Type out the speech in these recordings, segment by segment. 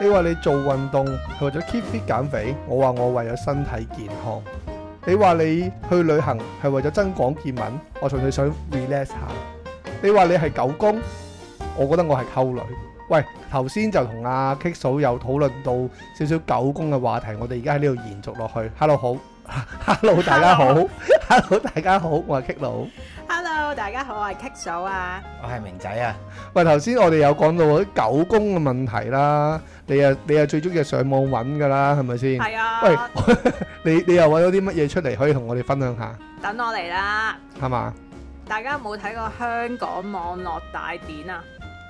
你話你做運動係為咗 keep fit 減肥，我話我為咗身體健康。你話你去旅行係為咗增廣見聞，我純粹想 relax 下。你話你係狗公，我覺得我係溝女。喂，頭先就同阿 Kick 嫂有討論到少少狗公嘅話題，我哋而家喺呢度延續落去。Hello 好 ，Hello 大家好，Hello 大家好，我係 Kick 佬。 Hello，大家好，我係 Kick 嫂啊。我係明仔啊，喂，頭先我哋有講到嗰啲狗公嘅問題啦，你啊你啊最中意上網揾㗎啦，係咪先？係喂啊，，你你又揾咗啲乜嘢出嚟可以同我哋分享下，等我嚟啦。係嘛？大家有冇睇過香港網絡大典啊？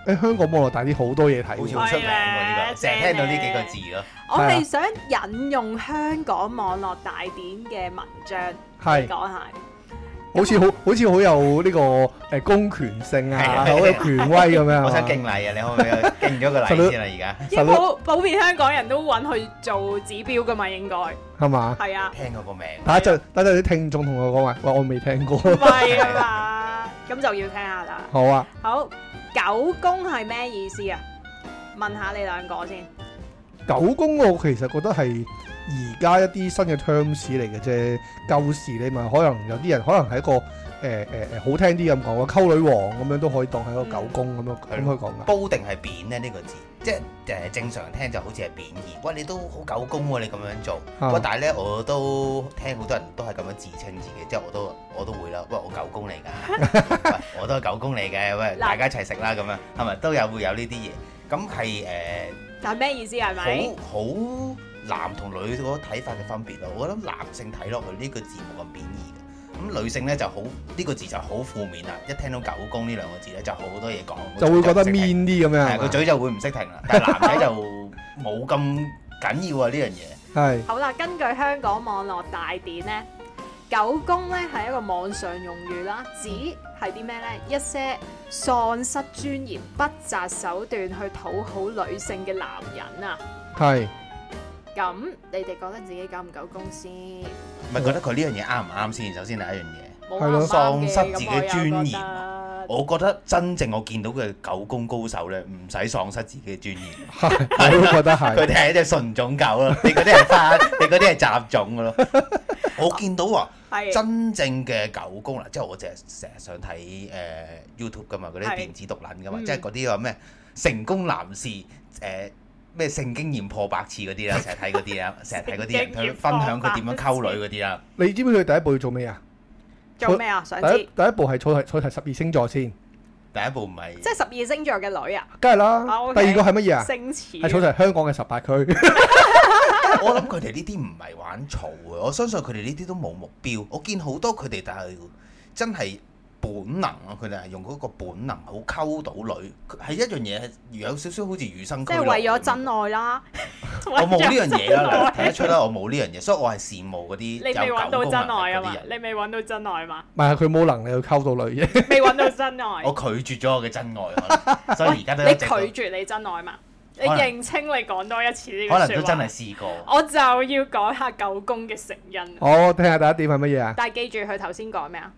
誒、香港網絡大啲好多嘢睇好似喎，好出名喎呢個，係成咧日聽到呢幾個字咯。我係想引用香港網絡大典嘅文章係講下。好似好好似好有呢、個誒、公權性係啊，啊好有權威咁樣啊。 我想敬禮啊，你可唔可以敬咗個禮先啊？而家因為普普遍香港人都揾佢做指標噶嘛，應該係嘛？係啊，聽過個名，等一陣，等一陣啲聽眾同我講話，喂，我未聽過。 唔係啊嘛，咁就要聽下啦。好啊，好，狗公係咩意思啊？問下你兩個先。狗公我其實覺得係而家一啲新嘅 terms 嚟嘅啫。舊時你咪可能有啲人可能係一個誒誒誒好聽啲咁講啊，溝女王咁樣都可以當係一個狗公咁樣咁去講㗎。煲定係扁咧呢個字，即係誒正常聽就好似係貶義。喂，你都好狗公喎，你咁樣做。啊喂，但係咧我都聽好多人都係咁樣自稱自己，即係我都我都會啦。喂，我狗公嚟 㗎，喂，我都係狗公嚟嘅。喂，大家一齊食啦咁樣，係咪都有會有呢啲嘢？咁係誒。但係咩意思係咪？好好男同女嗰個睇法嘅分別咯。我覺得男性睇落去呢個字冇咁貶義嘅，咁女性咧就好呢個字就好負面啦。一聽到狗公呢兩個字咧，就好多嘢講，就會覺得個嘴就唔識 mean 啲咁樣停係係個嘛。嘴就會唔識停啦。但係男仔就冇咁緊要啊呢樣嘢，係好啦，根據香港網絡大典呢，狗公呢係一個網上用語啦，指係啲咩呢？一些喪失尊嚴、不擇手段去討好女性嘅男人啊！係咁你哋覺得自己狗唔狗公先？咪覺得佢呢樣嘢啱唔啱先？首先第一 樣嘢。冇係咯啱啱嘅喪失自己尊咁我又嚴覺得我覺得真正我見到嘅狗公高手咧，唔使喪失自己嘅尊嚴， 係，我都覺得係佢。哋係一隻純種狗咯，你嗰啲係花，你嗰啲係雜 種嘅咯。我見到啊，係真正嘅狗公啦，即係我成日成日想睇誒、呃 YouTube 噶嘛，嗰啲係電子毒撚噶嘛，嗯即係嗰啲話咩成功男士誒咩、性經驗破百次 嗰啲啦，成日睇嗰啲啊，成日睇嗰啲人性經驗佢分享佢點樣破百溝女嗰啲啦。啊你知唔知佢第一步要做咩啊？做咩啊？想第一知第一步係儲齊儲齊十二星座先，第一部唔係 即係十二星座嘅女啊，梗係啦。啊，OK 第二個係乜嘢啊？星矢係儲齊香港嘅十八區。我諗佢哋呢啲唔係玩嘈嘅，我相信佢哋呢啲都冇目標。我見好多佢哋但係真係本能啊，佢哋係用嗰個本能好溝到女，佢係一樣嘢，有少少好似與生即俱係來為咗咁真愛啦。我我 冇呢樣嘢啦，你睇得出啦，我冇呢樣嘢，所以我係羨慕嗰啲未有揾到真狗公能愛力啊嗰嘛啲？人。你未揾到真愛嘛？唔係佢冇能力去溝到女啫。未揾到真愛。我拒絕咗我嘅真愛，可能所以而啊家都一直都你拒絕你真愛嘛？你可能認清你講多一次呢個可能説都話真係試過。我就要講下狗公嘅成因。我聽下第一點係乜嘢啊？但係記住佢頭先講咩啊？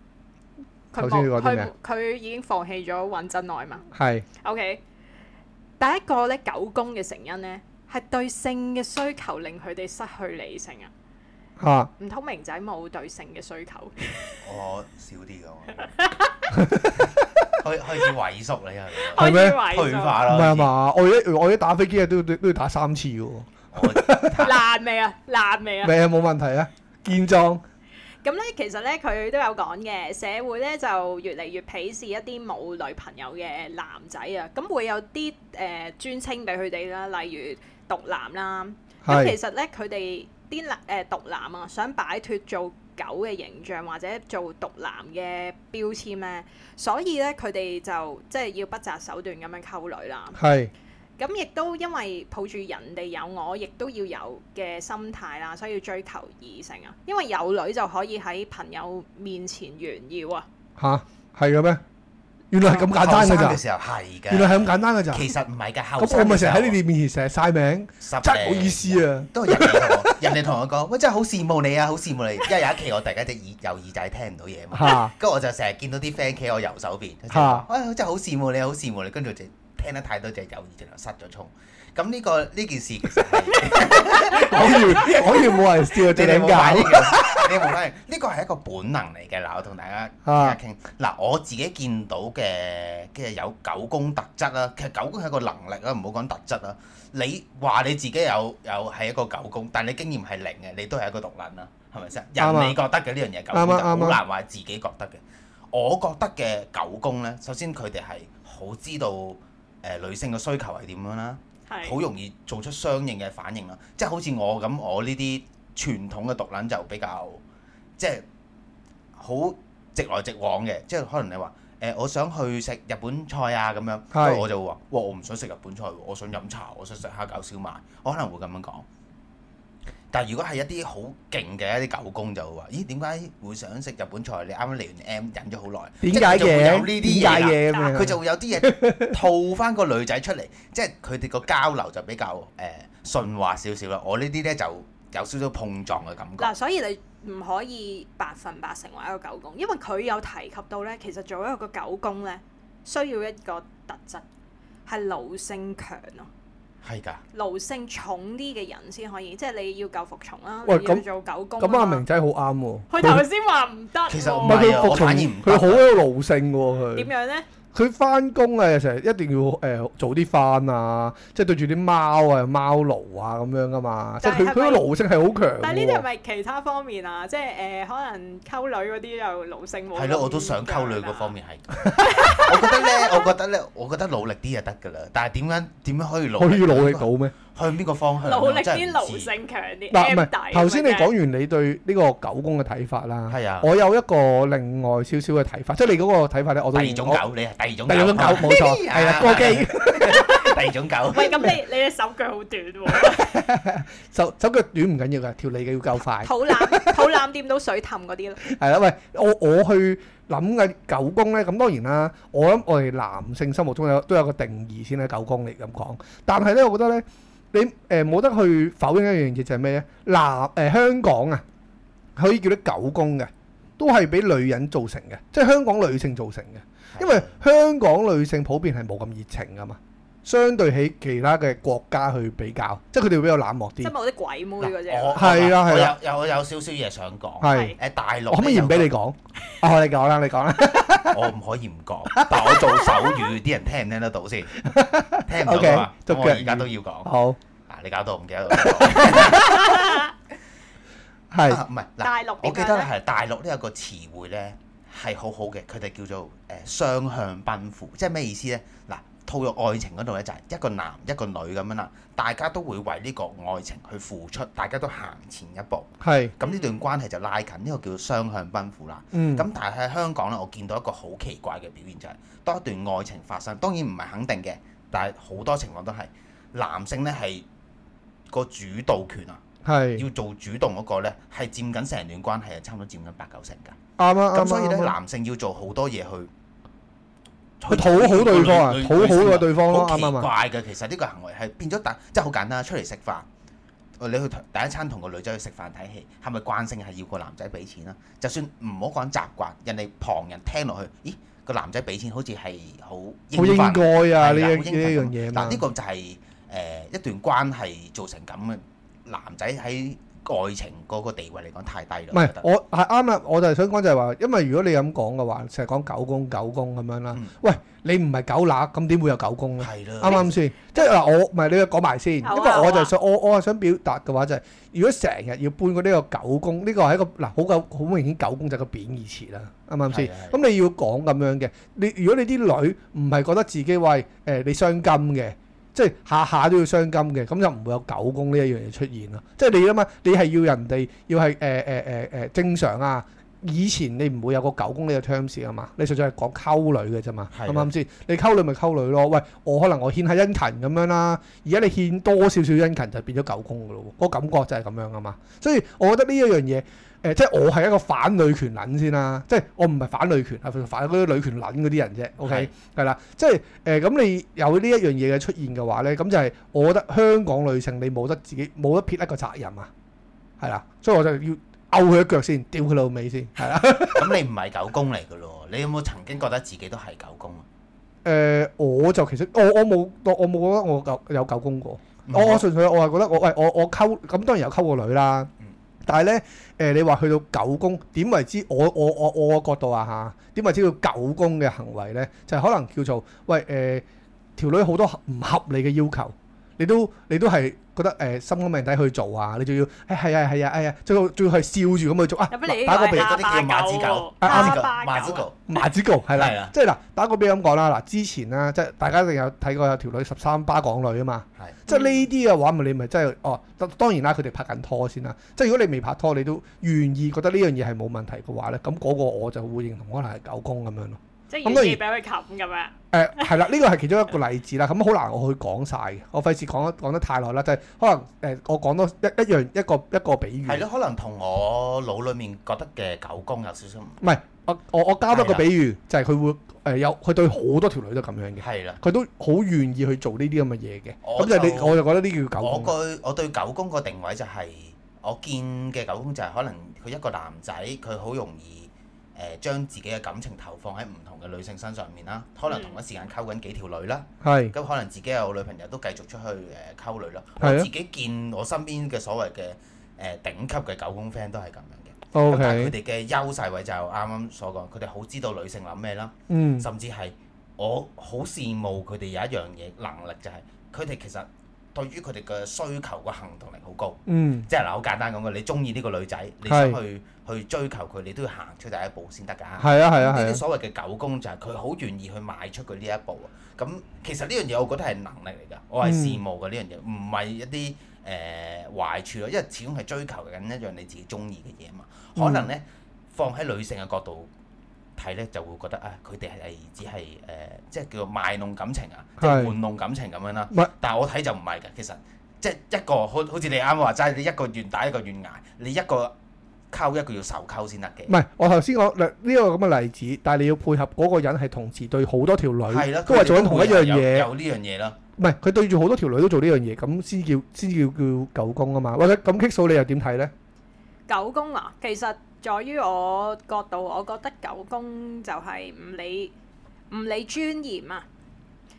頭先佢冇講啲咩啊佢佢已經放棄咗揾真愛嘛係？OK，第一個咧狗公嘅成因咧係對性嘅需求令佢哋失去理性啊！嚇，唔通明仔冇對性嘅需求？我少啲㗎我，開開始萎縮你係咪係咩開始退為咗化唔係啦，啊開始嘛？我一我一打飛機啊，都都都要打三次嘅喎。我 爛未啊？爛未啊？咩冇問題啊？健壯咁咧，其實咧佢都有講嘅，社會咧就越嚟越鄙視一啲冇女朋友嘅男仔啊，咁會有啲誒、呃、專稱俾佢哋啦，例如毒男啦。咁其係實咧，佢哋啲男誒毒男啊，想擺脱做狗嘅形象或者做毒男嘅標籤咧，所以咧佢哋就即係要不擇手段咁樣溝女啦。係咁亦都因為抱住人哋有我，亦都要有嘅心態啦，所以要追求異性啊。因為有女就可以喺朋友面前炫耀啊。嚇係嘅咩？原來係咁簡單後嘅生咋嘅？時候係㗎，原來係咁簡單嘅咋？其實唔係㗎，後咁我生咪嘅時成日候喺你哋面前成日晒名，十真係零冇意思啊！都係人哋同我，人哋同我講，喂，真係好羨慕你啊，好羨慕你。因為有一期我突然間隻耳右耳仔聽唔到嘢嘛，嚇跟住我就成日見到啲哎 friend 企我右手邊，就嚇話喂，真係好羨慕你啊，好羨慕你。跟住就聽聽得太多就係友誼盡量失咗聰。咁呢、個呢件事其 實係。講完講完冇人笑就你最哋撚冇反應搞。嘅，你哋冇反應。呢個係一個本能嚟嘅。嗱，我同大家大啊家傾。嗱，我自己見到嘅嘅有九宮特質啦，其實九宮係一個能力啦，啊唔好講特質啦。你話你自己有有係一個九宮，但你經驗係零嘅，你都係一個獨撚啦，係咪先？啱啊人你覺得嘅呢樣嘢九啱宮啊啱就好啊難話自己覺得嘅。我覺得嘅九宮呢，首先佢哋係好知道誒、呃女性嘅需求係點樣啦。好係容易做出相應嘅反應啦。即係好似我咁，我呢啲傳統嘅毒撚就比較即係好直來直往嘅，即係可能你話。誒、我想去食日本菜啊，咁樣，係咁我就會話：哇，我唔想食日本菜喎，我想飲茶，我想食蝦餃燒賣，我可能會咁樣講。但係如果係一啲好勁嘅一啲狗公就會話：咦，點解會想食日本菜？你啱啱嚟完 M 忍咗好耐，點即係解佢就會有嘅？呢點啲嘢解啦嘅咁 樣？佢就會有啲嘢套翻個女仔出嚟， 即係佢哋個交流就比較誒、呃、順滑少少啦。我呢啲咧就有少少碰撞嘅感覺。嗱，所以你唔可以百分百成為一個狗公，因為佢有提及到咧，其實做一個狗公咧，需要一個特質係奴性強咯，係㗎，奴性重啲嘅人先可以，即係你要夠服從啦，你喂要咁做狗公。啊咁阿明，仔好啱喎。佢頭先話唔得喎，其實唔唔係係啊佢服我從，反而唔得佢好有奴性喎。點佢樣咧？佢翻工啊，成日一定要誒、早啲翻啊，即係對住啲貓啊、貓奴啊咁樣噶嘛。即係佢但係係咪佢個奴性係好強但係呢啲係喎。咪其他方面啊？即係誒、呃可能溝女嗰啲又奴性冇。係咯，我都想溝啊女嗰 方。面係。我覺得咧，我覺得咧，我覺得努力啲就得㗎啦。但係點樣點樣可以努力？可以努力到咩？向邊個方向啊？努力真係唔啲，奴知性強啲。嗱，唔 M 係底頭先你咁樣講完你對呢個狗公嘅睇法啦。係啊我有一個另外少少嘅睇法，即係你嗰個睇法咧，我都第二種我狗，你係第二種第二種狗冇錯，哎係呀啊，過機 第二種狗。喂，咁你你嘅手腳好短喎，手手腳短唔緊要㗎，條脷嘅要夠快。肚腩肚腩掂到水氹嗰啲 咯。係啦，喂，我我去諗嘅狗公咧，咁當然啦，我諗我哋男性心目中有都有個定義先啦，狗公嚟咁講。但係咧，我覺得咧，你誒冇、得去否認一樣嘢就係咩咧？男誒、香港啊，可以叫啲狗公嘅，都係俾女人造成嘅，即係香港女性造成嘅。因為香港女性普遍係冇咁熱情噶嘛，相對起其他嘅國家去比較，即係佢哋會比較冷漠即係。啲冇啲鬼妹嗰嗱只我。係啦係啦我有有有少少嘢想講。係，誒大陸我可唔可以咧唔俾有你講？啊，你講啦，你講啦。我唔可以唔講，但我做手語啲人聽唔聽得到 先？聽唔到㗎嘛 OK，咁做腳我嗯而家都要講。好，啊，你搞到我唔記得咗。係。啊唔係嗱，大陸我點記樣得咧？係大陸呢有個詞匯咧係好好嘅，佢哋叫做誒雙向奔赴，即係咩意思咧？嗱，套入愛情嗰度咧就係一個男一個女咁樣啦，大家都會為呢個愛情去付出，大家都行前一步，係，咁呢段關係就拉近，呢個叫做雙向奔赴啦。嗯，咁但係喺香港咧，我見到一個好奇怪嘅表現就係、當一段愛情發生，當然唔係肯定嘅，但係好多情況都係男性咧係個主導權啊，係要做主動嗰個咧係佔緊成段關係啊，差唔多佔緊八九成㗎。啱啊，啱啊咁所以咧，啱啊男性要做好多嘢去去討好對方啊去，討好個對方咯，好啱唔奇啱啊？怪嘅，其實呢個行為係變咗大，即係好簡單，出嚟食飯。你去第一餐同個女仔去食飯睇戲，係咪慣性係要個男仔俾錢啊？就算唔好講習慣，人哋旁人聽落去，咦個男仔俾錢好似係好好應應份該啊，呢係啦一呢好應一樣份嘢嘛嗱，呢。個就係、誒、一段關係造成咁嘅男仔喺愛情嗰個地位嚟講太低啦。唔係覺，得我係啱啦，我就係想講就係話，因為如果你咁講嘅話，成日講狗公狗公咁樣啦嗯。喂，你唔係狗乸，咁點會有狗公咧？係啦，啱唔啱先？即係嗱，我唔係你要講埋先，因好啊為我好啊就想我我係想表達嘅話就係，如果成日要搬過呢個狗公，呢個係一個嗱好狗好明顯狗公就係個貶義詞啦，啱唔啱先係啊係啊？咁你要講咁樣嘅，你如果你啲女唔係覺得自己喂誒你傷金嘅。即係下下都要傷金嘅，咁就唔會有狗公呢一樣嘢出現啦。即係你諗下，你係要人哋要係誒誒誒誒正常啊，以前你唔會有個狗公呢個 terms 啊嘛，你純粹係講溝女嘅啫嘛，係啊啱唔啱先？你溝女咪溝女咯，喂，我可能我獻下殷勤咁樣啦，而家你獻多少少殷勤就變咗狗公噶咯喎，個感覺就係咁樣啊嘛，所以我覺得呢一樣嘢。誒、即係我係一個反女權撚先啦，即係我唔係反女權，係反嗰啲女權撚嗰啲人啫。OK，係啦，即係誒咁你有呢一樣嘢嘅出現嘅話咧，咁就係我覺得香港女性你冇得自己冇得撇甩個責任啊，係啦，所以我就要勾佢一腳先，屌佢老尾先，係啦。咁你唔係狗公嚟噶咯？你有冇曾經覺得自己都係狗公啊？誒，我就其實我我冇我我冇覺得我有有狗公過，哦嗯我我純粹我係覺得我喂我我溝咁當然有溝過女啦嗯，但係咧誒你話去到狗公點為之我我我我個角度啊嚇點為之叫狗公嘅行為咧，就係、可能叫做喂誒、條女好多唔合理嘅要求。你都你都係覺得誒、心甘命抵去做啊！你仲要誒係啊係啊哎呀，最後最後係笑住咁去做啊！入嚟呢打個個鼻係嗰啲叫馬子狗，馬子狗，啊馬子狗，麻子局係係啦啊，即係嗱，打個比咁講啦，嗱之前啦，即係大家一定有睇過有條女十三巴港女啊嘛，係即係呢嗯啲嘅話，咪你咪真係哦，當當然啦，佢哋拍緊拖先啦，即係如果你未拍拖，你都願意覺得呢樣嘢係冇問題嘅話咧，咁嗰個我就會認同可能係狗公咁樣 咯。即係咁願當意然俾佢冚咁樣。誒係啦，呢個係其中一個例子啦。咁好難我去講晒嘅，我費事講得講得太耐啦。就係、可能誒、我講多一一樣一個一個比喻，係咯，可能同我腦裡面覺得嘅狗公有少少唔唔係我我我交多個係啦比喻，就係佢會誒、有佢對好多條女都咁樣嘅。係啦。佢都好願意去做呢啲咁嘅嘢嘅。我咁就你，就我就覺得呢叫我狗公。對我對狗公個定位就係、我見嘅狗公就係可能佢一個男仔，佢好容易誒、呃、將自己嘅感情投放喺唔同嘅女性身上面啦，可能嗯同一時間溝緊幾條女啦，係咁可能自己有女朋友都繼續出去誒溝女啦。係啊我自己見我身邊嘅所謂嘅誒、呃、頂級嘅狗公 friend 都係咁樣嘅。咁但係佢 OK，哋嘅優勢位就係我啱啱所講，佢哋好知道女性諗咩啦。嗯，甚至係我好羨慕佢哋有一樣嘢能力，就係佢哋其實對於佢哋嘅需求個行動力好高。嗯，即係嗱，好簡單講句，你中意呢個女仔，你係想去去追求佢，你都要行出第一步先得㗎。係啊，係啊，呢係啲啊，所謂嘅狗公就係佢好願意去邁出佢呢一步啊。咁其實呢樣嘢我覺得係能力嚟㗎，我係嗯羨慕嘅呢樣嘢，唔係一啲誒、呃、壞處咯，因為始終係追求緊一樣你自己中意嘅嘢嘛。嗯可能呢，放喺女性嘅角度睇呢，就會覺得啊，佢哋係只係誒、呃即係叫做賣弄感情啊，即係係玩弄感情咁樣啦唔係。但係我睇就唔係㗎，其實即係一個好好似你啱啱話齋，你一個願打一個願挨，你一個溝一個要受溝先得嘅唔。係，我頭先講呢呢個咁嘅例子，但係你要配合嗰個人係同時對好多條女，係啦，都係做緊同一樣佢哋嘢，都會有有呢樣嘢啦。唔係佢對住好多條女都做呢樣嘢，咁先叫先叫叫狗公啊嘛。或者咁棘數你又點睇咧？狗公啊，其實在於我角度，我覺得狗公就係唔理唔理尊嚴啊，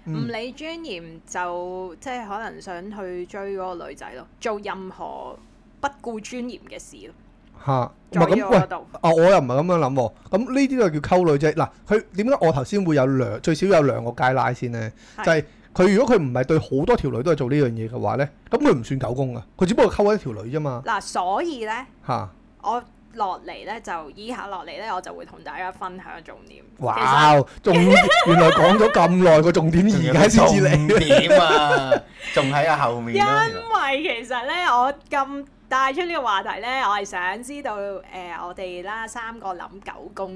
唔、嗯理尊嚴就即係可能想去追嗰個女仔咯，做任何不顧尊嚴嘅事咯。嚇，唔在係於咁我喂角。度，啊，我又唔係咁樣諗喎。咁呢啲都係叫溝女啫。嗱，佢點解我頭先會有兩最少有兩個街拉先呢？就係係佢如果佢唔係對好多條女都係做呢樣嘢嘅話呢，咁佢唔算狗公啊。佢只不過溝一條女啫嘛。嗱，所以呢，嚇、我落嚟呢，就以下落嚟呢，我就會同大家分享重點。其實哇！重原來講咗咁耐個重點，而家先至嚟。點啊？仲喺啊後面咯。原來因為其實咧，我咁帶出呢個話題咧，我係想知道誒、呃我哋啦三個諗狗公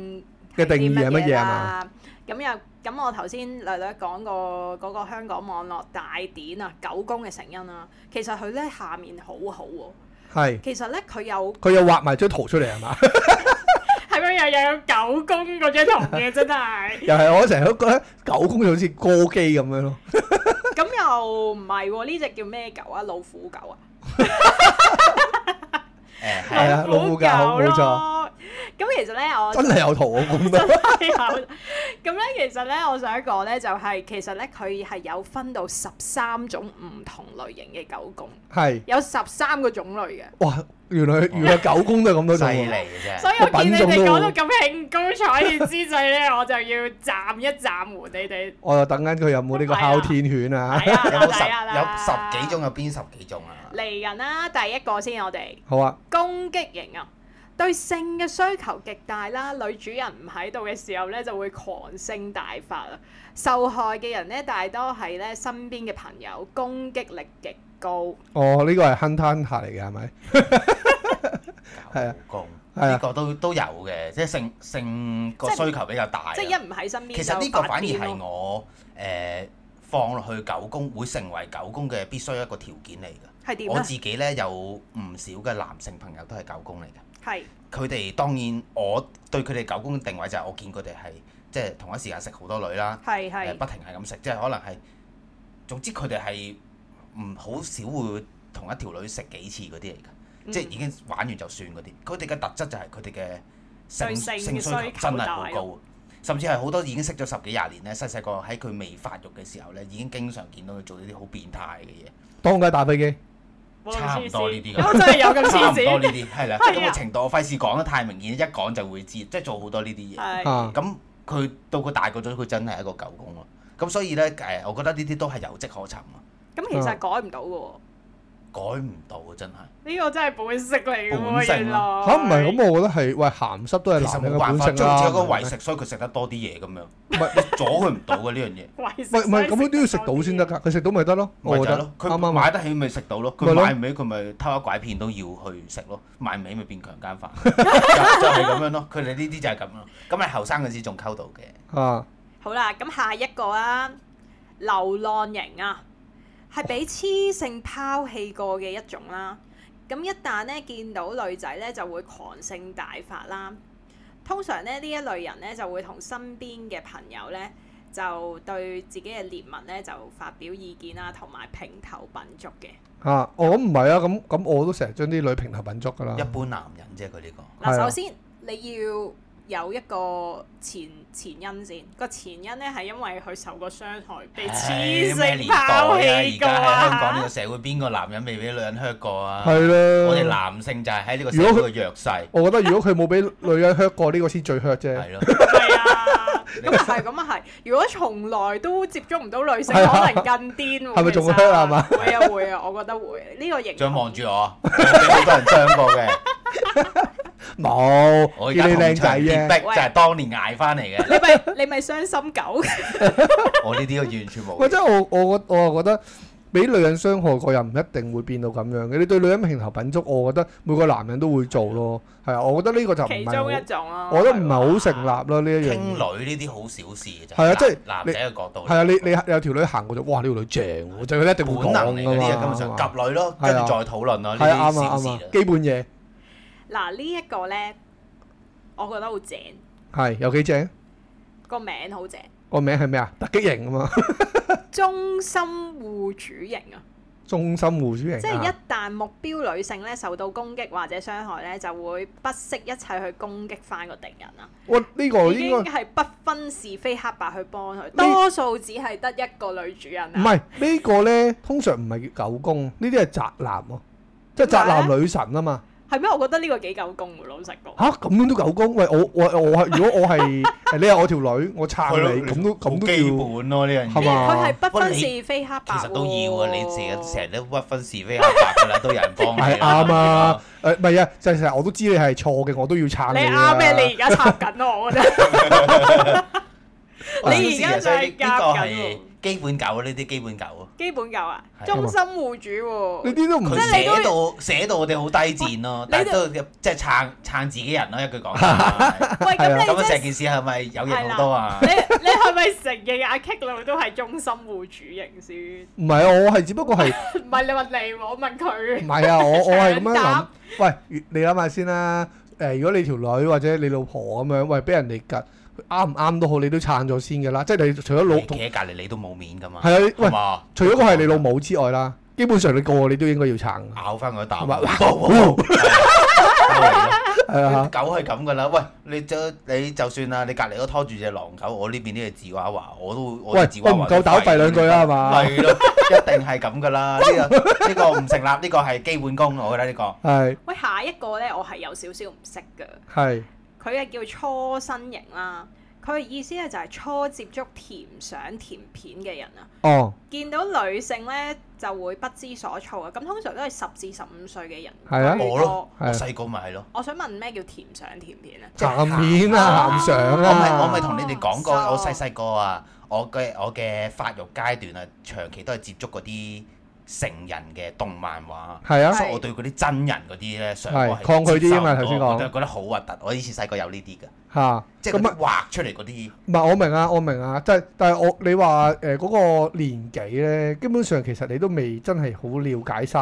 嘅定義係乜係啲嘢啊啦？咁又咁，我頭先略略講過嗰個香港網絡大典啊，狗公嘅成因啦、其實佢咧下面好好、喎，係其實咧佢有佢又畫埋張圖出嚟係 嘛？ 係咪又又有狗公嗰張圖嘅真係？又係我成日都覺得狗公就好似歌姬咁樣咯。 咁又唔係喎？呢只叫咩狗啊？老虎狗啊？誒係係啊老虎狗冇錯咯。咁其實咧，我真係有圖我 估到。咁咧，其實咧，我想講咧，就係、其實咧，佢係有分到十三種唔同類型嘅狗公，係有十三個種類嘅。哇！原來原來狗公都係咁啊多種犀利喎。嘅所啫。以我見你哋講到品種咁興高采烈之際咧，我就要暫一暫緩你 哋。我就等緊佢有冇呢個哮天犬啊？係啊，有冇睇下啦十有十幾種？有邊十幾種啊？嚟緊啦，第一個先，我哋好啊。攻擊型啊，對性嘅需求極大啦。女主人唔喺度嘅時候咧，就會狂性大發啊。受害嘅人咧，大多係咧身邊嘅朋友，攻擊力極高。哦，呢個係 Hunter Hunter 嚟嘅係咪？係啊狗公係啊呢個都都有嘅，即係性性個即係需求比較大啊。即係一唔喺身邊其實呢個個反而係我誒放落去狗公會成為狗公嘅必須一個條件嚟㗎。係點我啊？自己呢，有唔少嘅男性朋友都係狗公嚟㗎。係佢哋當然我對佢哋狗公嘅定位就係我見佢哋係即係同一時間食好多女啦，係誒係不停係咁食，即係可能係總之佢哋係唔好少會同一條女食幾次嗰啲嚟㗎，嗯即係已經玩完就算嗰啲。佢哋嘅特質就係佢哋嘅對性性性需需求求真係大好高啊。甚至係好多已經識咗十幾廿年咧，細細個喺佢未發育嘅時候咧，已經經常見到佢做呢啲好變態嘅嘢。當街打飛機，冇咁差唔多呢啲咁 黐線有 真係有咁 差唔黐多線，呢啲係啦，係啊即係咁嘅程度，我費事講得太明顯，一講就會知，即係做好多呢啲嘢。係啊，咁佢到佢大個咗，佢真係一個狗公咯。咁所以咧，誒，我覺得呢啲都係有跡可尋啊，咁其實改唔到嘅喎，改唔到啊，真係。呢個真係本色嚟嘅本喎，原性啊來嚇唔係咁，我覺得係喂鹹濕都係其實男人冇嘅辦本法，性最好啦。似有個為係咪食，所以佢食得多啲嘢咁樣，唔係阻佢唔到嘅呢樣嘢。喂喂唔係咁樣都要食到先得。㗎，佢食到咪得咯，咪我就覺係得咯，啱佢啱買啊得起咪食到咯，咪佢咯買唔起佢咪偷下拐騙都要去食咯，買唔起咪變強 姦犯，就就係咁樣咯。佢哋呢啲就係咁咯。咁你後生嗰時仲溝到嘅，啊，好啦，咁下一個啊，流浪型啊，係俾雌性拋棄過嘅一種啦。咁一旦咧見到女仔咧，就會狂性大發啦。通常咧呢一類人咧就會同身邊嘅朋友咧，就對自己嘅獵物咧就發表意見啦，同埋評頭品足嘅。啊，我咁唔係啊，咁咁我都成日將啲女平頭品足㗎啦一。般男人啫佢呢個。嗱，係啊首先你要有一個前前因先，個前因咧係因為佢受過傷害，被唉黐咩性年代啊拋而棄過家喺香港呢啊個！社會，邊個男人未俾女人 hurt 過啊？係啦。我哋男性就係喺呢個社會嘅弱勢，我覺得如果佢冇俾女人 hurt 過，呢個先最 hurt 啫。係咯。係啊，咁啊係，咁啊係。如果從來都接觸唔到女性，可係啊能更癲喎。係咪仲其實 hurt 啊係嘛會啊會啊，我覺得會呢個型。仲望住我，我俾好多人傷過嘅。冇，我而叫家你靚同仔場啫跌。逼，就係當年捱翻嚟 嘅。你咪你咪傷心狗，我呢啲我完全冇喂，。真係我我我我覺得俾女人傷害過又唔一定會變到咁樣嘅。你對女人平頭品足，我覺得每個男人都會做咯。係啊，我覺得呢個就唔其係中一好，種啊。我覺得唔係好成立咯呢一樣傾嘢。女呢啲好小事嘅啫。係啊即係男你男仔嘅角度嚟講。係啊，你你有條女行過就，哇！呢條女正喎，就佢一定會本講能嚟嘅㗎呢嘛啲嘢，根本上係嘛及女咯，跟住再討論咯，呢係啊，啲啱啊小啱啊事，啦。基本嘢嗱呢一個咧，我覺得好正，係有幾正？個名好正，個名係咩啊？突擊型啊嘛，中心護主型啊。中心護主型啊。即係一旦目標女性咧受到攻擊或者傷害咧，就會不惜一切去攻擊翻個敵人啦。哇！呢個已哦應經該。係不分是非黑白去幫佢，多數只係得一個女主人唔啊。係呢個咧，通常唔係叫狗公，呢啲係宅男喎，即係宅男女神啊嘛。係咩？我覺得呢個幾夠公喎，老實講。吓咁樣都狗公？喂，我我我係如 果我係誒你係我條女，我撐係咯你，咁都咁好都基要本咯呢樣係嘢。嘛佢係不喂分你是非黑白其實都要啊，喎你自己成日都屈分是非黑白㗎啦，都有人幫你。係啱啊！！誒唔係啊，就係成日我都知你係錯嘅，我都要撐你啊！啱咩？你而家插緊我，我覺得 你而家就係啊呢個夾緊係喎基本狗呢啲基本狗啊。基本夠啊，係中心護主喎。呢啲都唔佢係你都寫到寫到我哋好低賤咯，但係都即係撐撐自己人咯，一 句講法。喂，係咁啊你真咁啊，成係件事係咪有型好多啊你？你係咪承認阿 K 佬都係中心護主型先？唔係啊！我係只不過係唔係你問你喎，我問唔佢。係啊！我我係咁樣諗想答。喂，你諗下先啦。誒，如果你條女或者你老婆咁樣，喂，俾人哋趌啱唔啱都好，你都撐咗先㗎啦。即係你除咗老你同企喺隔離，你都冇面㗎嘛？係啊，喂係。嘛除咗個係你老母之外啦，基本上你個個你都應該要撐 㗎，咬翻佢係一啖，嘛？哇係啲啊，狗係咁噶啦，喂，你就你就算啊，你隔離都拖住只狼狗，我呢邊呢隻芝娃娃，我都我喂啲芝，我娃唔娃夠都膽廢吠兩句啊啦，係嘛？係咯，一定係咁噶啦，呢個呢個唔成立，呢個係基本功，我覺得呢個係喂，下一個咧，我係有少少唔識嘅。係佢係叫初身型啦，佢嘅意思咧就係初接觸甜相甜片嘅人啊。哦，見到女性咧就會不知所措啊。咁通常都係十至十五歲嘅人係啊居多我咯，我係細個咪係咯，我想問咩叫甜相甜片咧？鹹片啊，鹹我相咪我啊，咪同你哋講過，哦我細細個啊，我嘅我嘅發育階段啊，長期都係接觸嗰啲成人嘅動漫畫。係啊，所以我對嗰啲真人嗰啲咧上係我係抗拒啲啊嘛接受唔到頭先講我都係覺得好核突。我以前細個有呢啲嘅，嚇即係咁咁啊，畫出嚟嗰啲唔係我明啊，我明啊，即係但係我你話誒嗰個年紀咧，基本上其實你都未真係好了解晒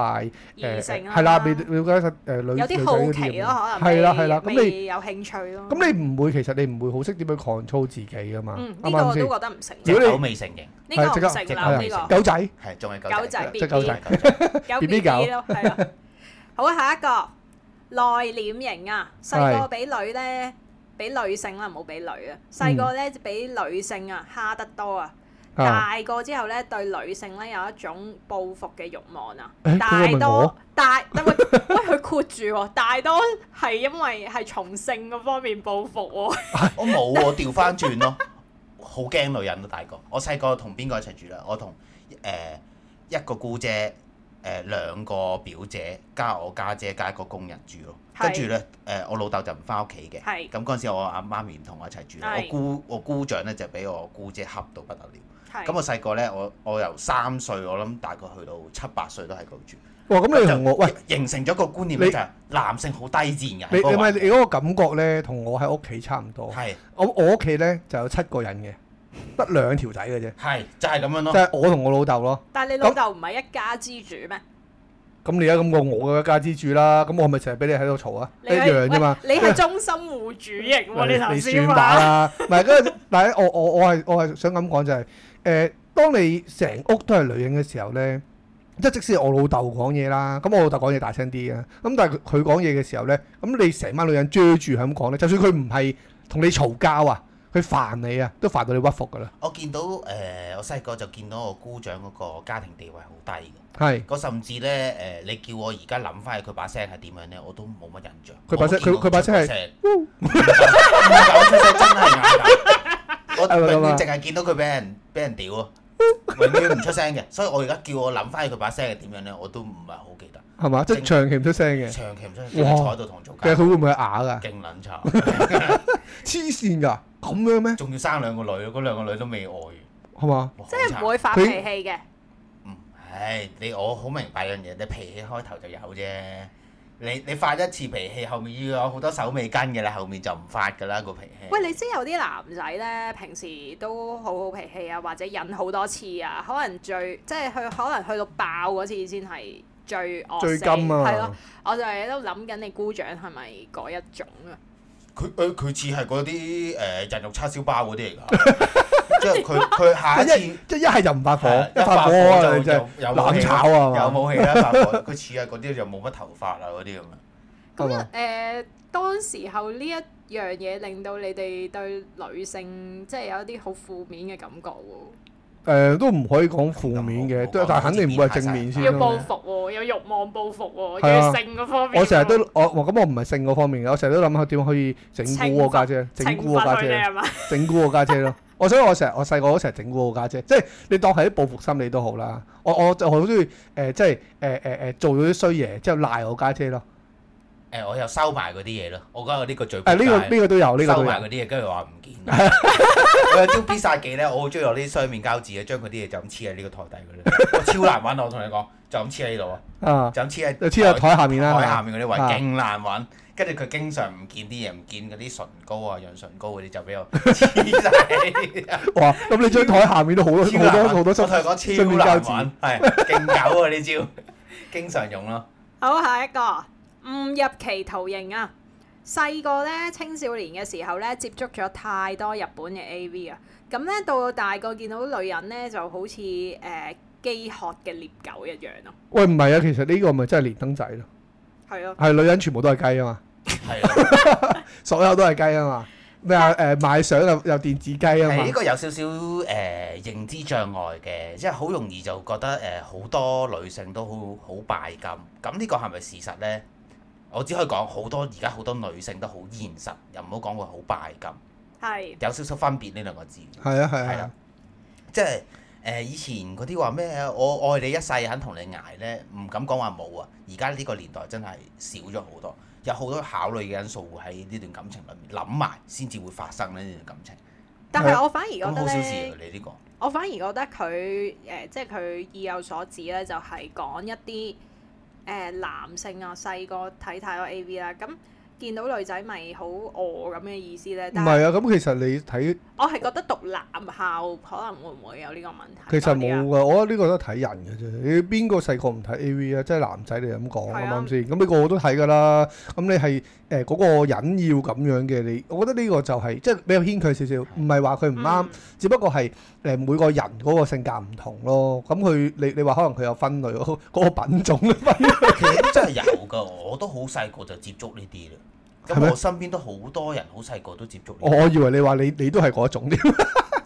誒異性啊，係啦，未了解晒誒女有女啲仔好嗰奇嘢咯，可能係啦係啦，咁你你有興趣咯。咁你唔會其實你唔會好識點樣 control 自己㗎嘛，嗯啱呢唔個啱先？我都覺得唔成立如，果隻你狗未成型，呢個係唔即刻成立即刻呢未成個。狗仔係仲係狗仔狗仔，即係狗仲仔係。狗仔。有 BB B B 狗咯，係啊。好啊，下一個內斂型啊，細個俾女咧俾女性啦，唔好俾女啊。嗯細個咧就俾女性啊蝦得多啊，啊，大個之後咧對女性咧有一種報復嘅慾望啊誒。大嗰個咪我多大，喂 喂佢括住喎，大多係因為係從性嗰方面報復喎。我冇喎，調翻轉咯，好驚女人啊咯，大個。我細個同邊個一齊住啦？我同誒、呃一個姑姐、誒、兩個表姐加我家姐加一個工人住咯。係跟住咧誒，我老豆就唔翻屋企嘅。係咁嗰陣時，我阿媽咪唔同我一齊住啦。係我姑我姑丈咧就俾我姑姐恰到不得了。係咁我細個咧，我我由三歲，我諗大概去到七八歲都喺嗰度住。哇！咁你同我就喂，形成咗個觀念你咧，就係男性好低賤嘅。你你咪係你嗰個啊感覺咧，同我喺屋企差唔多。係我我屋企咧就有七個人嘅，得兩條仔嘅啫，係就係咁樣即咯。係我同我老豆咯。但係你老豆唔係一家之主咩？咁你而家咁過我嘅家之主啦，咁我咪成日俾你喺度嘈啊，一你係樣啫嘛。喂你係中心護主型 喎，你頭你先算把話。啦，唔係跟住，但係我我我係我係想咁講就係、誒、當你成屋都係女人嘅時候咧，即係即使我老豆講嘢啦，咁我老豆講嘢大聲啲嘅，咁但係佢佢講嘢嘅時候咧，咁你成班女人追住係咁講咧，就算佢唔係同你嘈交啊，佢煩你啊，都煩到你屈服噶啦，我見到誒、呃我細個就見到我姑丈嗰個家庭地位好低嘅，係嗰甚至咧誒、呃你叫我而家諗翻起佢把聲係點樣咧，我都冇乜印象。佢把聲我冇見過佢佢把聲係出聲係咪咁啊唔係講出聲真係眼大。我永遠淨係見到佢俾人俾人屌啊，永遠唔出聲嘅。所以我而家叫我諗翻起佢把聲係點樣咧，我都唔係好記得。係嘛？即係長期唔出聲嘅，長期唔出聲，哇坐喺度同我做其實佢家，會唔會係啞噶？勁撚差，黐線㗎，咁樣咩？仲要生兩個女，嗰兩個女都未愛完，係嘛？哇即係好唔慘會發佢脾氣嘅，嗯，唉，你我好明白一樣嘢，你脾氣開頭就有啫。你你發一次脾氣，後面要有好多手尾跟嘅啦，後面就唔發噶啦個脾氣。喂，你知有啲男仔咧，平時都好好脾氣啊，或者忍好多次啊，可能最即係去可能去到爆嗰次先係最哦惡最死金係咯啊！，我就係都諗緊你姑丈係咪嗰一種啊？佢誒佢似係嗰啲誒人肉叉燒包嗰啲嚟 㗎，即係佢佢下一次啊一即係一係就唔發火，係一發火啊！就你真係有有武冷器啦炒啊！係嘛有武器啦，發火。佢似係嗰啲就冇乜頭髮啊嗰啲咁樣。係咁嘛誒、當時候呢一樣嘢令到你哋對女性即係有一啲好負面嘅感覺喎，誒、都唔可以講負面嘅，都但係肯定唔會係正面先要啦報。復喎、有慾望報復喎、係啊要性嗰方面喎。我成日都我我咁我唔係性嗰方面嘅，我成日都諗下點可以整蠱我家姐，整懲蠱我罰家佢哋姐，係嘛？ 整蠱我家姐咯。 我所以我成日我細個都成日整蠱我家姐，即係你當係啲報復心理都好啦。我我就好中意誒，即係誒誒誒做咗啲衰嘢之後賴我家姐咯。誒我又收埋嗰啲嘢咯，我覺得我呢個最誒呢個仆街呢個都有，哦呢個收都埋有嗰。啲嘢，跟住話 唔見。我有招必殺技咧，我好中意攞啲雙面膠紙嘅，將佢啲嘢就咁黐喺呢個台底嗰度。我超難揾，我同你講，就咁黐喺呢度啊，啊，就咁黐喺就黐喺台下面啦台下面嗰啲位啊勁難揾。跟住佢經常唔見啲嘢，唔見嗰啲唇膏啊、潤唇膏嗰啲，就俾我黐晒。哇！咁你張台下面都好多 超好難多揾好多啊我心同雙你面講超膠難紙揾，係勁狗啊呢招， 經常用咯。好，下一個誤入歧途型啊！細個咧，青少年嘅時候咧，接觸咗太多日本嘅 AV 啊，咁咧到大個見到女人咧，就好似誒、飢渴嘅獵狗一樣咯，喂，唔係啊，其實呢個咪真係連登仔咯，係咯。係女人全部都係雞啊嘛。係啦，所有都係雞啊嘛，咩啊誒賣相又又電子雞啊係呢嘛，個有少少誒認知障礙嘅，即係好容易就覺得誒呃好多女性都好好拜金。咁呢個係咪事實呢？我只可以講好多而家好多女性都好現實，又唔好講佢好拜金，係有少少分別呢兩個字。係啊係係啊啦，即係誒、呃以前嗰啲話咩我愛你一世肯同你捱呢，唔敢講話冇啊！而家呢個年代真係少咗好多，有好多考慮嘅因素會喺呢段感情裏面諗埋先至會發生呢段感情。但係我反而覺啊咁得好小事啊咧，！你呢個我反而覺得佢誒、呃即係佢意有所指咧，就係講一啲誒、男性啊，細個睇太多 AV 啦，咁見到女仔咪好餓咁嘅意思咧。唔但係係啊，咁其實你睇我係覺得讀男校可能會唔會有呢個問題？其實多啲冇啊噶，我覺得呢個都係睇人嘅啫。你邊個細個唔睇 A.V. 啊？即係男仔你咁講係啱啊唔啱先？咁你個個都睇噶啦。咁你係誒嗰個人要咁樣嘅你，我覺得呢個就係、即係比較牽強少少，唔係話佢唔啱，嗯只不過係誒每個人嗰個性格唔同咯。咁佢你你話可能佢有分類嗰、嗰個品種嘅分類其實真係有㗎，我都好細個就接觸呢啲啦。係咩哦咁我身邊都好多人好細個都接觸呢我啲，我以為你話你你都係嗰種添，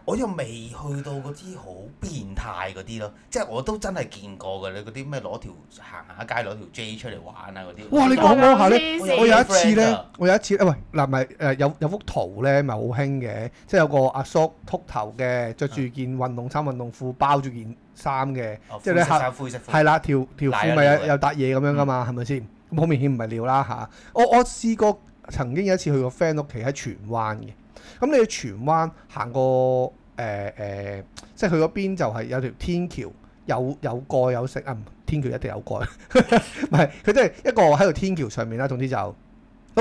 我又未去到嗰啲好變態嗰啲咯，即係我都真係見過嘅，你嗰啲咩攞條行下街攞條 J 出嚟玩啊嗰啲。哇！你講講下咧，黐有線我有一次 friend 咧㗎，我有一次啊，喂嗱，咪誒有有幅圖咧，咪好興嘅，即係有個阿叔禿頭嘅，着住件運動衫、運動褲，包住件衫嘅哦，即係你灰色下衫灰色褲係啦，條條瀨褲咗咪有尿嘅嗯有笪嘢咁樣噶嘛，係咪先？咁好明顯唔係尿啦嚇。我我試過曾經有一次去個 friend 屋企喺荃灣嘅，咁你去荃灣行過誒誒，即係佢嗰邊就係有條天橋。有有蓋有色啊！唔天橋一定有蓋， 唔係佢真係一個喺條天橋上面啦。總之就咁，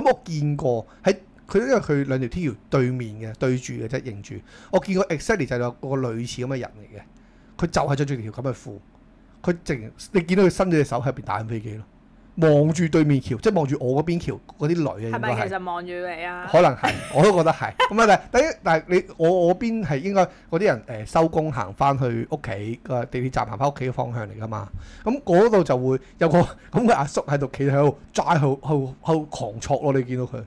我見過喺佢因為佢兩條天橋對面嘅對住嘅啫，認住。我見過 exactly 就係有個類似咁嘅人嚟嘅，佢就係着住條咁嘅褲，佢直你見到佢伸咗隻手喺入邊打緊飛機咯，望住對面橋，即係望住我嗰邊橋嗰啲女啊，係應咪該係其。實望住你啊？可能係，我都覺得係。咁啊，但係第一，但係你我我邊係應該嗰啲人誒收工行翻去屋企個地鐵站行翻屋企嘅方向嚟㗎嘛。咁嗰度就會有個 咁嘅阿叔喺度企喺度齋喺度喺度喺度狂戳咯，你見到佢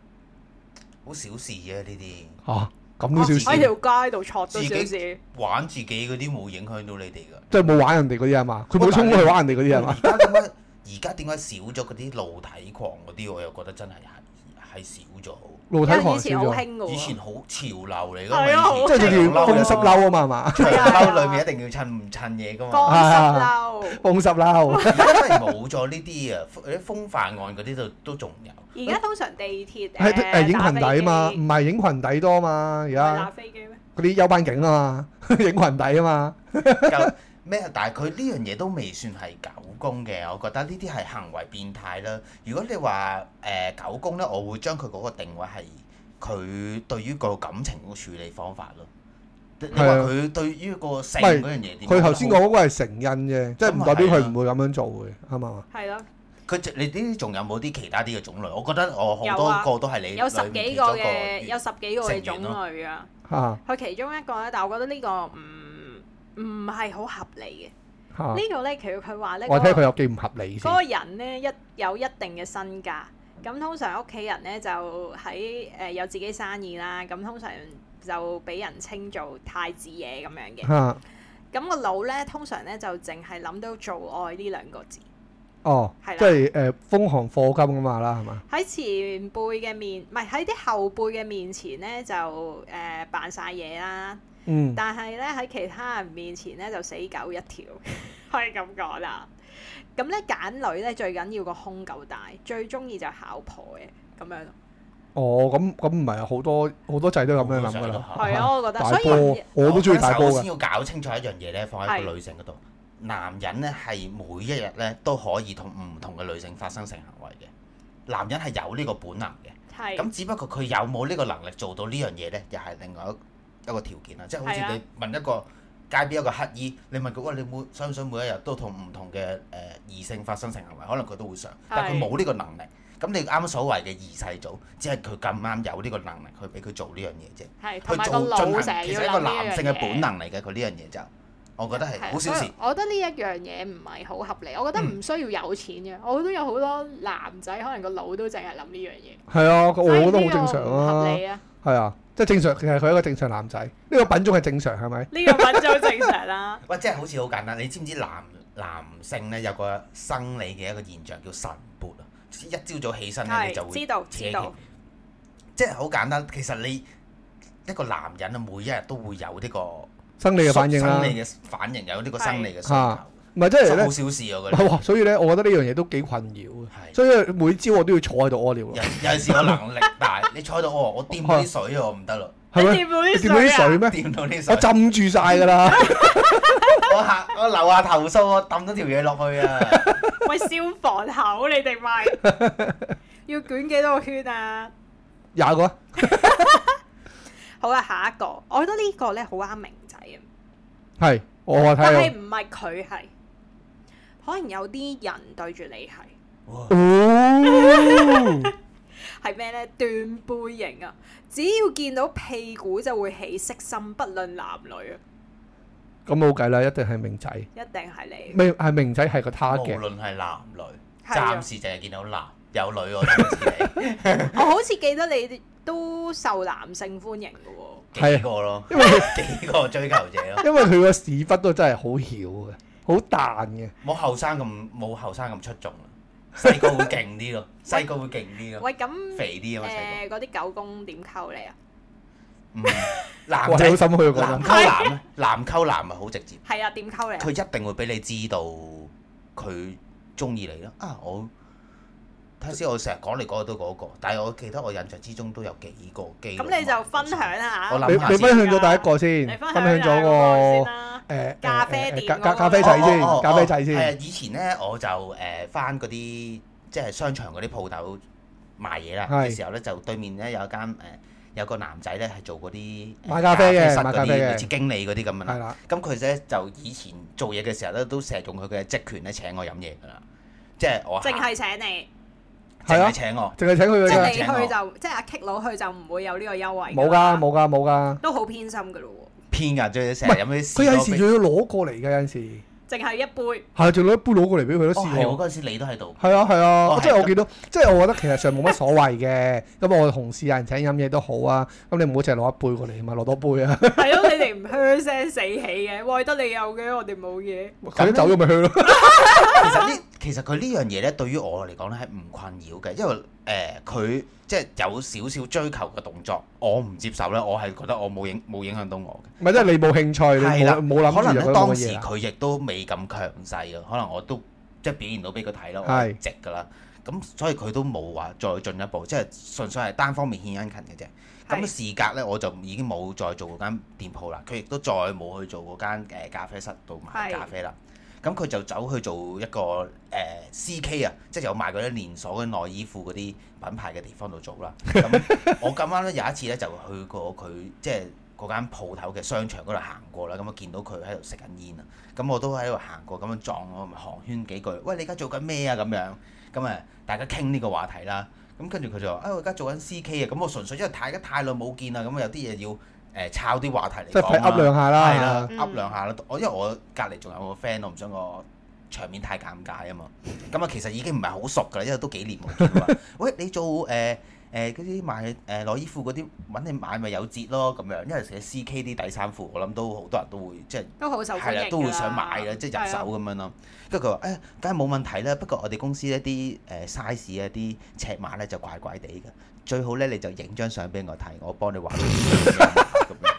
好小事啫呢啊咁都少喺少，條街度戳自咗己少少。啲，玩自己嗰啲冇影響到你哋㗎。即係冇玩人哋嗰啲啊嘛，佢冇衝過去玩人哋嗰啲啊嘛而。家點解而家點解少咗嗰啲露體狂嗰啲？我又覺得真係係係少咗。露因體為狂以少前好咗，興嘅以前喎，好潮流嚟㗎啊係啊嘛，以即前係長條褸風風濕濕褸啊嘛，係 嘛？長係啊褸裏面一定要襯唔襯嘢㗎嘛。乾濕褸。風濕而褸，家真係冇咗呢啲啊，風啲風化案嗰啲都都仲 有。而家通常地鐵係誒影裙底啊嘛，唔唔係影裙底多啊嘛，而係家打飛機咩？嗰啲休班警啊嘛， 影裙底啊嘛。就咩？啊但係佢呢樣嘢都未算係狗公嘅，我覺得呢啲係行為變態啦。如果你話誒、狗公呢，我會將佢嗰個定位係佢對於個感情嘅處理方法咯。你你話係啊佢對於個性咪嗰樣嘢點？佢頭先講嗰個係成因啫，即係唔啊代表佢唔會咁樣做嘅，啱嘛？係咯，佢就，你呢啲仲有冇啲其他啲嘅種類？我覺得我好有啊多個都係你有十裡面幾其個中一嘅有十幾個成嘅員種咯類啊。嚇佢其中一個咧，但係我覺得呢個唔唔係好合理嚇嘅。，呢個咧，其實佢話咧，我嗰睇佢個有幾唔合理先嗰。個人咧一有一定嘅身家，咁通常屋企人咧就喺誒有自己生意啦，咁通常就俾人稱做太子爺咁樣嘅。嚇咁個腦咧通常咧就淨係諗到做愛呢兩個字。哦，係啦即係誒瘋狂課金咁嘛啦，係嘛？喺前輩嘅面，唔係喺啲後輩嘅面前咧就誒、呃扮晒嘢啦，嗯，但係咧喺其他人面前咧就死狗一條， 可以咁講啦。咁咧揀女咧最緊要個胸夠大，最中意就姣婆嘅咁樣咯。哦，咁咁唔係好多好多仔都咁樣諗㗎啦。係啊，我覺得，大所波以我都中意大波首先㗎，要搞清楚一樣嘢咧，放喺個係女性嗰度。男人咧係每一日咧都可以同唔同嘅女性發生性行為嘅，男人係有呢個本能嘅。係咁只不過佢有冇呢個能力做到呢樣嘢咧，又係另外一一個條件啦。即係好似係啊你問一個街邊一個乞衣，你問佢喂你每想唔想每一日都同唔同嘅誒、呃、異性發生性行為，可能佢都會想，但係佢冇呢個能力。咁你啱所謂嘅二世祖，只係佢咁啱有呢個能力去俾佢做呢樣嘢啫。係同佢埋個做進腦行成日其要實係一個諗呢男樣性嘅本嘢。能嚟嘅，佢呢樣嘢就我覺得係好所小以事。我覺得呢一樣嘢唔係好合理，我覺得嗯唔需要有錢嘅。我覺得有好多男仔可能個腦都淨係諗呢樣嘢。係啊，我覺得好正所以呢常個唔合啊理，啊！係啊，即係正常，其實佢係一個正常男仔，呢個品種係正常係咪？呢個品種正常啊 啦。喂，即係好似好簡單，你知唔知男男性咧有個生理嘅一個現象叫晨勃啊？一朝早起身咧，你就係，會知道扯知道旗，即係好簡單。其實你一個男人啊，每一日都會有呢個生理嘅反應啦生，理嘅反應有呢個生理嘅需啊求，唔係即係真係咧好。小事啊！我覺得哇所以咧，我覺得呢樣嘢都幾困擾嘅，係。所以每朝我都要坐喺度屙尿啊有咯，有陣時我能力大，你坐喺度我我掂到啲水啊，我唔得咯，係咪？你掂到你啲掂到啲水水啊？咩？掂到啲水我。浸住晒㗎啦。我下我樓下投訴，我抌咗條嘢落去 啊！ 喂，消防口你 哋咪要捲幾多個圈啊？廿個啊好啦，下一個，我覺得呢個咧好啱明仔啊嘅，係，我我但哦睇係到。唔係佢係，可能有啲人對住你係。哇哦，係咩呢？斷背型啊！只要見到屁股就會起色心，不論男女啊，咁冇計啦，一定係明仔，一定係你。明係明仔係個無 target，論係男女，係啊暫時淨係見到男，有女我真係知我好似記得你都受男性歡迎嘅喎。你幾個咯，啊因為 幾個追求者咯，因為佢個屎忽都真係好曉嘅，好彈嘅。冇後生咁冇後生咁出眾啦，細個會勁啲咯，細個會勁啲咯，喂，咁肥啲啊嘛誒細嗰啲狗公點溝你啊？個，嗯，男哇，你仔好心虛啊男講溝男咧，男溝男咪好直接。係啊，點溝你啊？佢一定會俾你知道佢中意你咯。啊，我睇下先，我成日講嚟講去都嗰、個，但係我記得我印象之中都有幾個機。咁你就分享下我嚇，諗你下你先分享咗第一個你先，分分享兩享咗個先個啦。誒咖啡誒誒店咖嗰咖個咖啡仔先，咖啡仔係啊先，以前咧我就誒翻嗰啲即係商場嗰啲鋪頭賣嘢啦係嘅時候咧，就對面咧有一間誒。有個男仔咧係做嗰啲誒賣咖啡嘅室賣嗰咖啲啡嘅類似經理嗰啲咁樣啦係，啦，咁佢咧就以前做嘢嘅時候咧，都成日用佢嘅職權咧請我飲嘢㗎啦，即係我淨係請你，係啊淨係請我，淨係請佢即嘅係啫，你請我去就即係阿 K 佬去就唔會有呢個優惠。冇㗎，冇㗎，冇㗎。都好偏心㗎咯偏㗎，最成唔日係飲啲佢有陣時仲要攞過嚟嘅，有陣時喎，淨係一杯。係仲攞一杯攞過嚟俾佢都哦，係試我過。嗰陣時你都喺度，係啊係哦啊，係即係我見到，即係我覺得其實上冇乜所謂嘅。咁我同事有人請飲嘢都好啊，咁你唔好淨係攞一杯過嚟嘛，攞多杯啊。係咯，你哋唔噓聲死起嘅，喂得你有嘅，我哋冇嘢。佢走咗咪去咯。啊其實呢其實佢呢樣嘢咧，對於我嚟講咧係唔困擾嘅，因為誒佢即係有少少追求嘅動作，我唔接受咧，我係覺得我冇影冇影響到我嘅。唔係即係你冇興趣，你係啦，冇冇諗可能住入咧嗰個當時嘢啊。佢亦都未咁強勢啊嘅，可能我都即係表現到俾佢睇咯，我係係直㗎啦。咁所以佢都冇話再進一步，即係純粹係單方面獻殷勤嘅啫。係咁事隔咧，我就已經冇再做嗰間店鋪啦，佢亦都再冇去做嗰間誒咖啡室度賣係咖啡啦。咁佢就走去做一個誒、呃 CK 啊，即係有賣嗰啲連鎖嘅內衣褲嗰啲品牌嘅地方度做啦。咁我咁啱咧有一次咧就去過佢即係嗰間鋪頭嘅商場嗰度行過啦，咁啊見到佢喺度食緊煙啊，咁我都喺度行過咁樣撞我，咪寒暄幾句，喂你而家做緊咩啊咁樣，咁啊大家傾呢個話題啦。咁跟住佢就話：啊、我而家做緊 CK 啊！咁我純粹因為太太耐冇見啦，咁有啲嘢要誒、呃抄啲話題即嚟係講啊快噏兩下係啦啦，，嗯噏兩下啦。我因為我隔離仲有個 friend，我唔想個場面太尷尬啊嘛。咁啊，其實已經唔係好熟㗎啦，因為都幾年冇見啦。喂，你做誒誒嗰啲賣誒內衣褲嗰啲揾你買咪有折咯咁樣，因為其實 CK 啲底衫褲，我諗都好多人都會即係都好受歡係迎啦㗎，都會想買嘅，即係入手係啊。咁樣咯。跟住佢話誒，梗係冇問題啦。不過我哋公司一啲誒 size 啊、啲尺碼咧就怪怪地嘅，最好咧你就影張相俾我睇，我幫你畫 咁樣。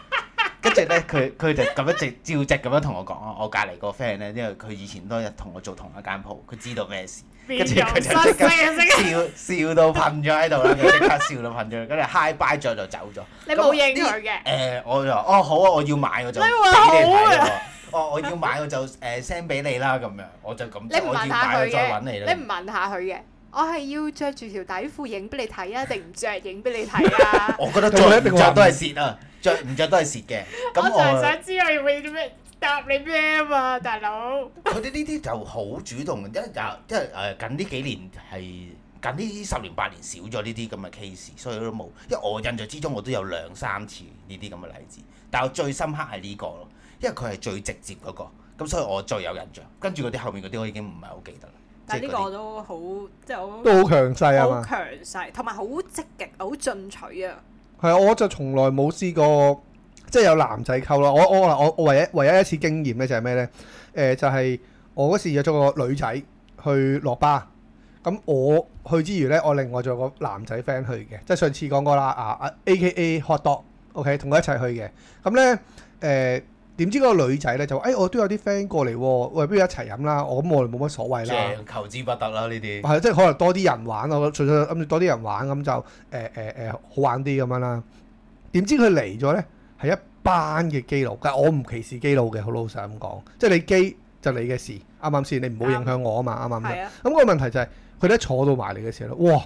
跟住咧，佢佢就咁樣直照直咁樣同我講啊！我隔離個 friend 咧，因為佢以前都有同我做同一間鋪，佢知道咩事，跟住佢就即刻笑笑到噴咗喺度啦，佢即刻笑到噴咗，跟住 high bye 咗就走咗。你冇應咁佢嘅誒、我就話哦好啊，我要買我就俾你你話好啊睇喎。哦，我要買我就誒 send 俾你啦，咁樣我就咁。你唔我要問下買我佢再揾嘅，你啦。你唔問下佢嘅，我係要着住條底褲影俾你睇啊，定唔着影俾你睇啊？我覺得咁着一定唔話着唔都係蝕啊，着唔着都係蝕嘅。我 咁就係我想知佢會點樣答你咩啊嘛，大佬。佢哋呢啲就好主動，因為因為誒近呢幾年係近呢十年八年少咗呢啲咁嘅 case，所以都冇。因為我印象之中我都有兩三次呢啲咁嘅例子，但我最深刻係呢個咯，因為佢係最直接嗰、個，咁所以我最有印象。跟住嗰啲後面嗰啲我已經唔係好記得啦。但即呢係嗰啲個我都好，即係我都好強勢啊好嘛。強勢，同埋好積極，好進取啊！係啊，我就從來冇試過，即係有男仔溝啦。我我我我唯一唯一一次經驗咧就係咩咧？誒、就係、我嗰時約咗個女仔去落巴，咁我去之餘咧，我另外仲有個男仔 friend 去嘅，即係上次講過啦啊啊，A K A hot dog，OK，、同佢一齊去嘅。咁咧誒。點知嗰個女仔咧就誒、哎我都有啲 friend 過嚟喎，喂，不如一齊飲啦！我咁我哋冇乜所謂啦。哦正求之不得啦 呢啲。係即係可能多啲人玩，啊我純粹諗住多啲人玩咁就誒誒誒好玩啲咁樣啦。點知佢嚟咗咧，係一班嘅基佬，但我唔歧視基佬嘅，好老實咁講，即係你基就你嘅事，啱唔啱先？你唔好影響我啊嘛，啱唔啱係先啊，咁、個問題就係佢哋一坐到埋嚟嘅時候咧，哇！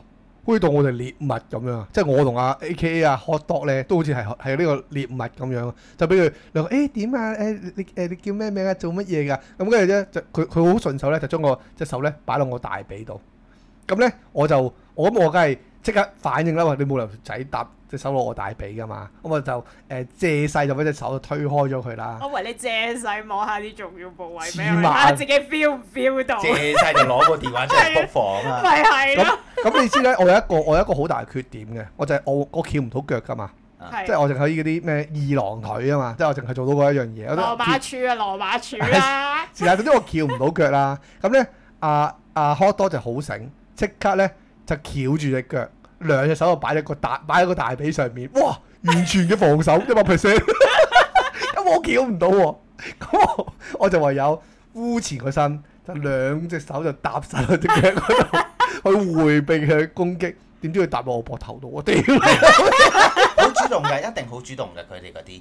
好似當我哋獵物咁樣啊，即係我同阿 A.K.A 啊 Hot Dog 咧，都好似係係呢個獵物咁樣，啊就俾佢兩個誒點啊誒你誒你叫咩名啊做乜嘢㗎？咁跟住咧就佢佢好順手咧就將個隻手咧擺落我大髀度，咁咧我就我咁我梗係即刻反應啦，喂，你冇理由仔搭隻手落我大髀噶嘛，咁我就誒、呃借勢就俾隻手就推開咗佢啦。我以為你借勢摸下啲重要部位俾黐孖佢，睇下自己 feel 唔 feel 到，咪借晒就攞個電話出嚟 book 房啊！係咁咯，咁你知咧，我有一個我有一個好大嘅缺點嘅，我就係我我翹唔到腳噶嘛，即係係我淨係嗰啲咩二郎腿啊嘛，即係我淨係做到嗰一樣嘢。我都羅馬柱啊，羅馬柱啊啦，是但，總之我翹唔到腳啦。咁咧，阿阿 Hot 多就好醒，即刻咧就翹住只腳，兩隻手就擺喺個大擺喺個大髀上面。哇！完全嘅防守一百 percent，咁我翹唔到喎。咁我我就唯有污前個身，就兩隻手就搭晒佢只腳嗰度，去迴避佢嘅攻擊。點知佢搭落我膊頭度，我屌！好主動嘅，一定好主動嘅，佢哋嗰啲。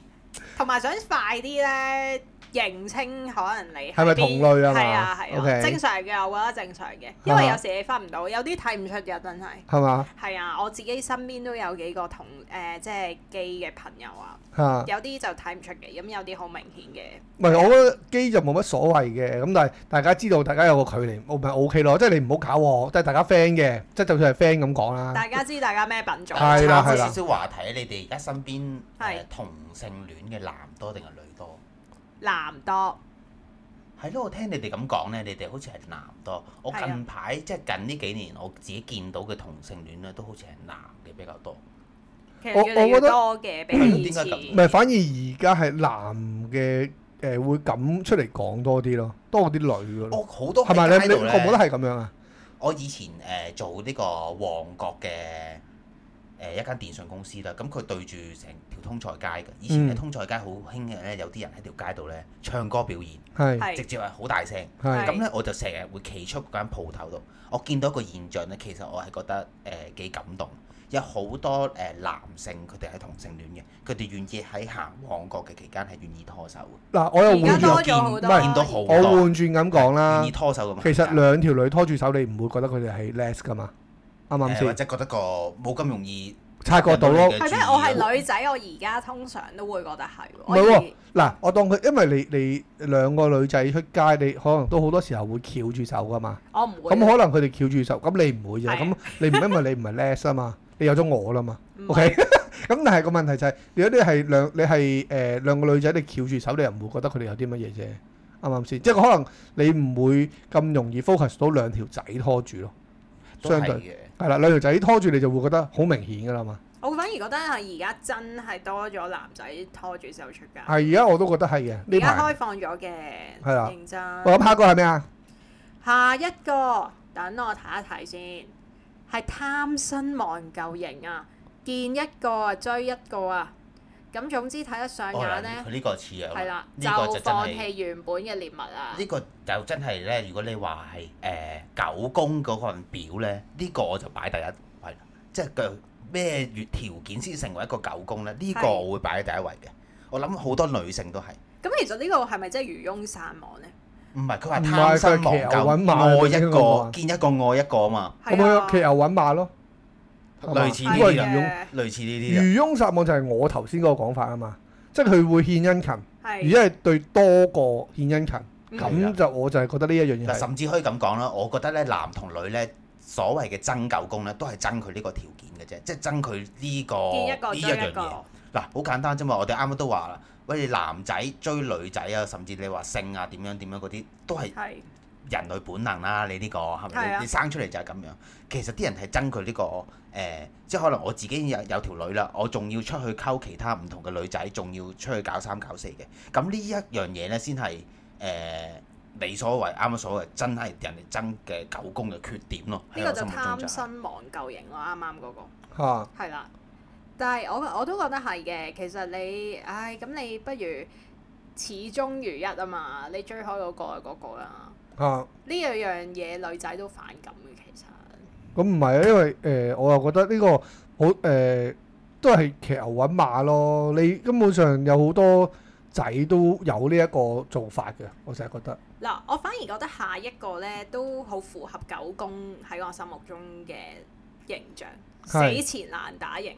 同埋想快啲咧認清可能你係咪邊同類啊嘛係啊係 OK 啊，正常嘅我覺得正常嘅，因為啊有時你分唔到，有啲睇唔出嘅真係。係嘛係啊，我自己身邊都有幾個同誒、呃即係基嘅朋友啊，嚇？有啲就睇唔出嘅，咁有啲好明顯嘅。唔係，我覺得機就冇乜所謂嘅，咁但係大家知道大家有個距離，我咪 O K 咯，即係你唔好搞我，即係大家 friend 嘅，即係就算係 friend 咁講啦。大家知大家咩品種？係啦岔開係啦少少話題，你哋而家身邊誒係同性戀嘅男多定係女多？男多，係咯，我聽你哋咁講咧，你哋好似係男多。我係啊近排即係近呢幾年，我自己見到嘅同性戀咧，都好似係男嘅比較多。其我實越嚟我覺越得多嘅，比以點解前咁唔係，反而而家係男嘅誒、會咁出嚟講多啲咯，多過啲女嘅咯。我好多係咪、喺嗯你街你度覺唔覺得咧。係咁樣啊？我以前誒、呃做呢個旺角嘅誒一間電信公司啦，咁佢對住成條通菜街嘅。以前咧嗯通菜街好興嘅咧，有啲人喺條街度咧唱歌表演，係係直接係好大聲。係係咁咧我就成日會企出嗰間鋪頭度，我見到一個現象咧，其實我係覺得誒幾、感動，有好多誒、呃男性佢哋係同性戀嘅，佢哋願意喺行旺角嘅期間係願意拖手嘅，嗱，我又而家換見多轉，咗好多唔係見到好哦我多換轉咁講啦願意。拖手嘅嘛。啊其實誒、兩條女拖住手，你唔會覺得佢哋係 less 噶嘛？啱唔啱或先？者覺得個冇咁容易察覺到咯。人哋嘅係咩？注意我係女仔，我而家通常都會覺得係喎。唔係喎我嗱，我當佢，因為你你兩個女仔出街，你可能都好多時候會翹住手噶嘛。而我唔咁會，可能佢哋翹住手，咁你唔會嘅。係咁你唔因為你唔係 less 啊嘛，你有咗我啦嘛。唔 OK，咁但 係個問題就係、如果你係兩你係誒、呃、兩個女仔，你翹住手，你又唔會覺得佢哋有啲乜嘢啫。啱唔啱先？即係可能你唔會咁容易 focus 到兩條仔拖住咯。都係相嘅。係啦，兩條仔拖住你就會覺得好明顯㗎啦嘛。我反而覺得係而家真係多咗男仔拖住手出街，係而家我都覺得係嘅呢而家排。開放咗嘅，係啦認真。我諗下一個係咩啊？下一個，等我睇一睇先，係貪新忘舊型啊！見一個啊，追一個啊，咁總之睇得上哦眼嗱啊呢，佢呢個似樣，係啦，呢就個就真放係。棄原本嘅獵物啊！呢個就真係咧，如果你話係誒九宮嗰份表咧，呢、個我就擺第一位啦。即係佢咩越條件先成為一個九宮咧？呢、個係我會擺喺第一位嘅。我諗好多女性都係，咁其實呢個係咪真係漁翁撒網呢？唔係佢話唔係貪佢係新騎牛忘揾馬舊，愛一嗰啲啊個見一個愛一個啊嘛，咁係樣啊，騎牛揾馬咯。係嘛類似呢呢個係魚啲啊啦，漁翁嘅，類似呢啲啦。啊漁翁撒網就係我頭先嗰個講法啊嘛，即係佢會獻殷勤，而係且係對多個獻殷勤，嗯咁就我就係覺得呢一樣嘢嗱，係甚至可以咁講啦，我覺得咧男同女咧所謂嘅爭九宮咧，都係爭佢呢個條件嘅啫，即係爭佢呢見一個個呢追一一樣嘢。個，嗱，好簡單啫嘛，我哋啱啱都話啦，喂，你男仔追女仔啊，甚至你話性啊點樣點樣嗰啲，都係啊係人類本能啦。你呢、個係係咪？啊你你生出嚟就係咁樣。其實啲人係憎佢呢個誒、呃即係可能我自己有有條女啦，我仲要出去溝其他唔同嘅女仔，仲要出去搞三搞四嘅。咁呢一樣嘢呢，先係誒你所謂啱啱所謂真係人哋爭嘅九宮嘅缺點咯。呢喺個我就心目中貪就係新忘舊型咯，啱啱嗰個。嚇係啦，但係我我都覺得係嘅。其實你，唉，咁你不如始終如一啊嘛。你追開嗰個就嗰個啦。嚇。呢樣樣嘢女仔都反感嘅，其實咁唔係啊，因為誒、呃我又覺得呢、個好誒、呃都係騎牛揾馬咯。你根本上有好多仔都有呢一個做法嘅，我成日覺得。嗱，我反而覺得下一個呢都好符合九宮喺我心目中嘅形象，死係纏爛打型。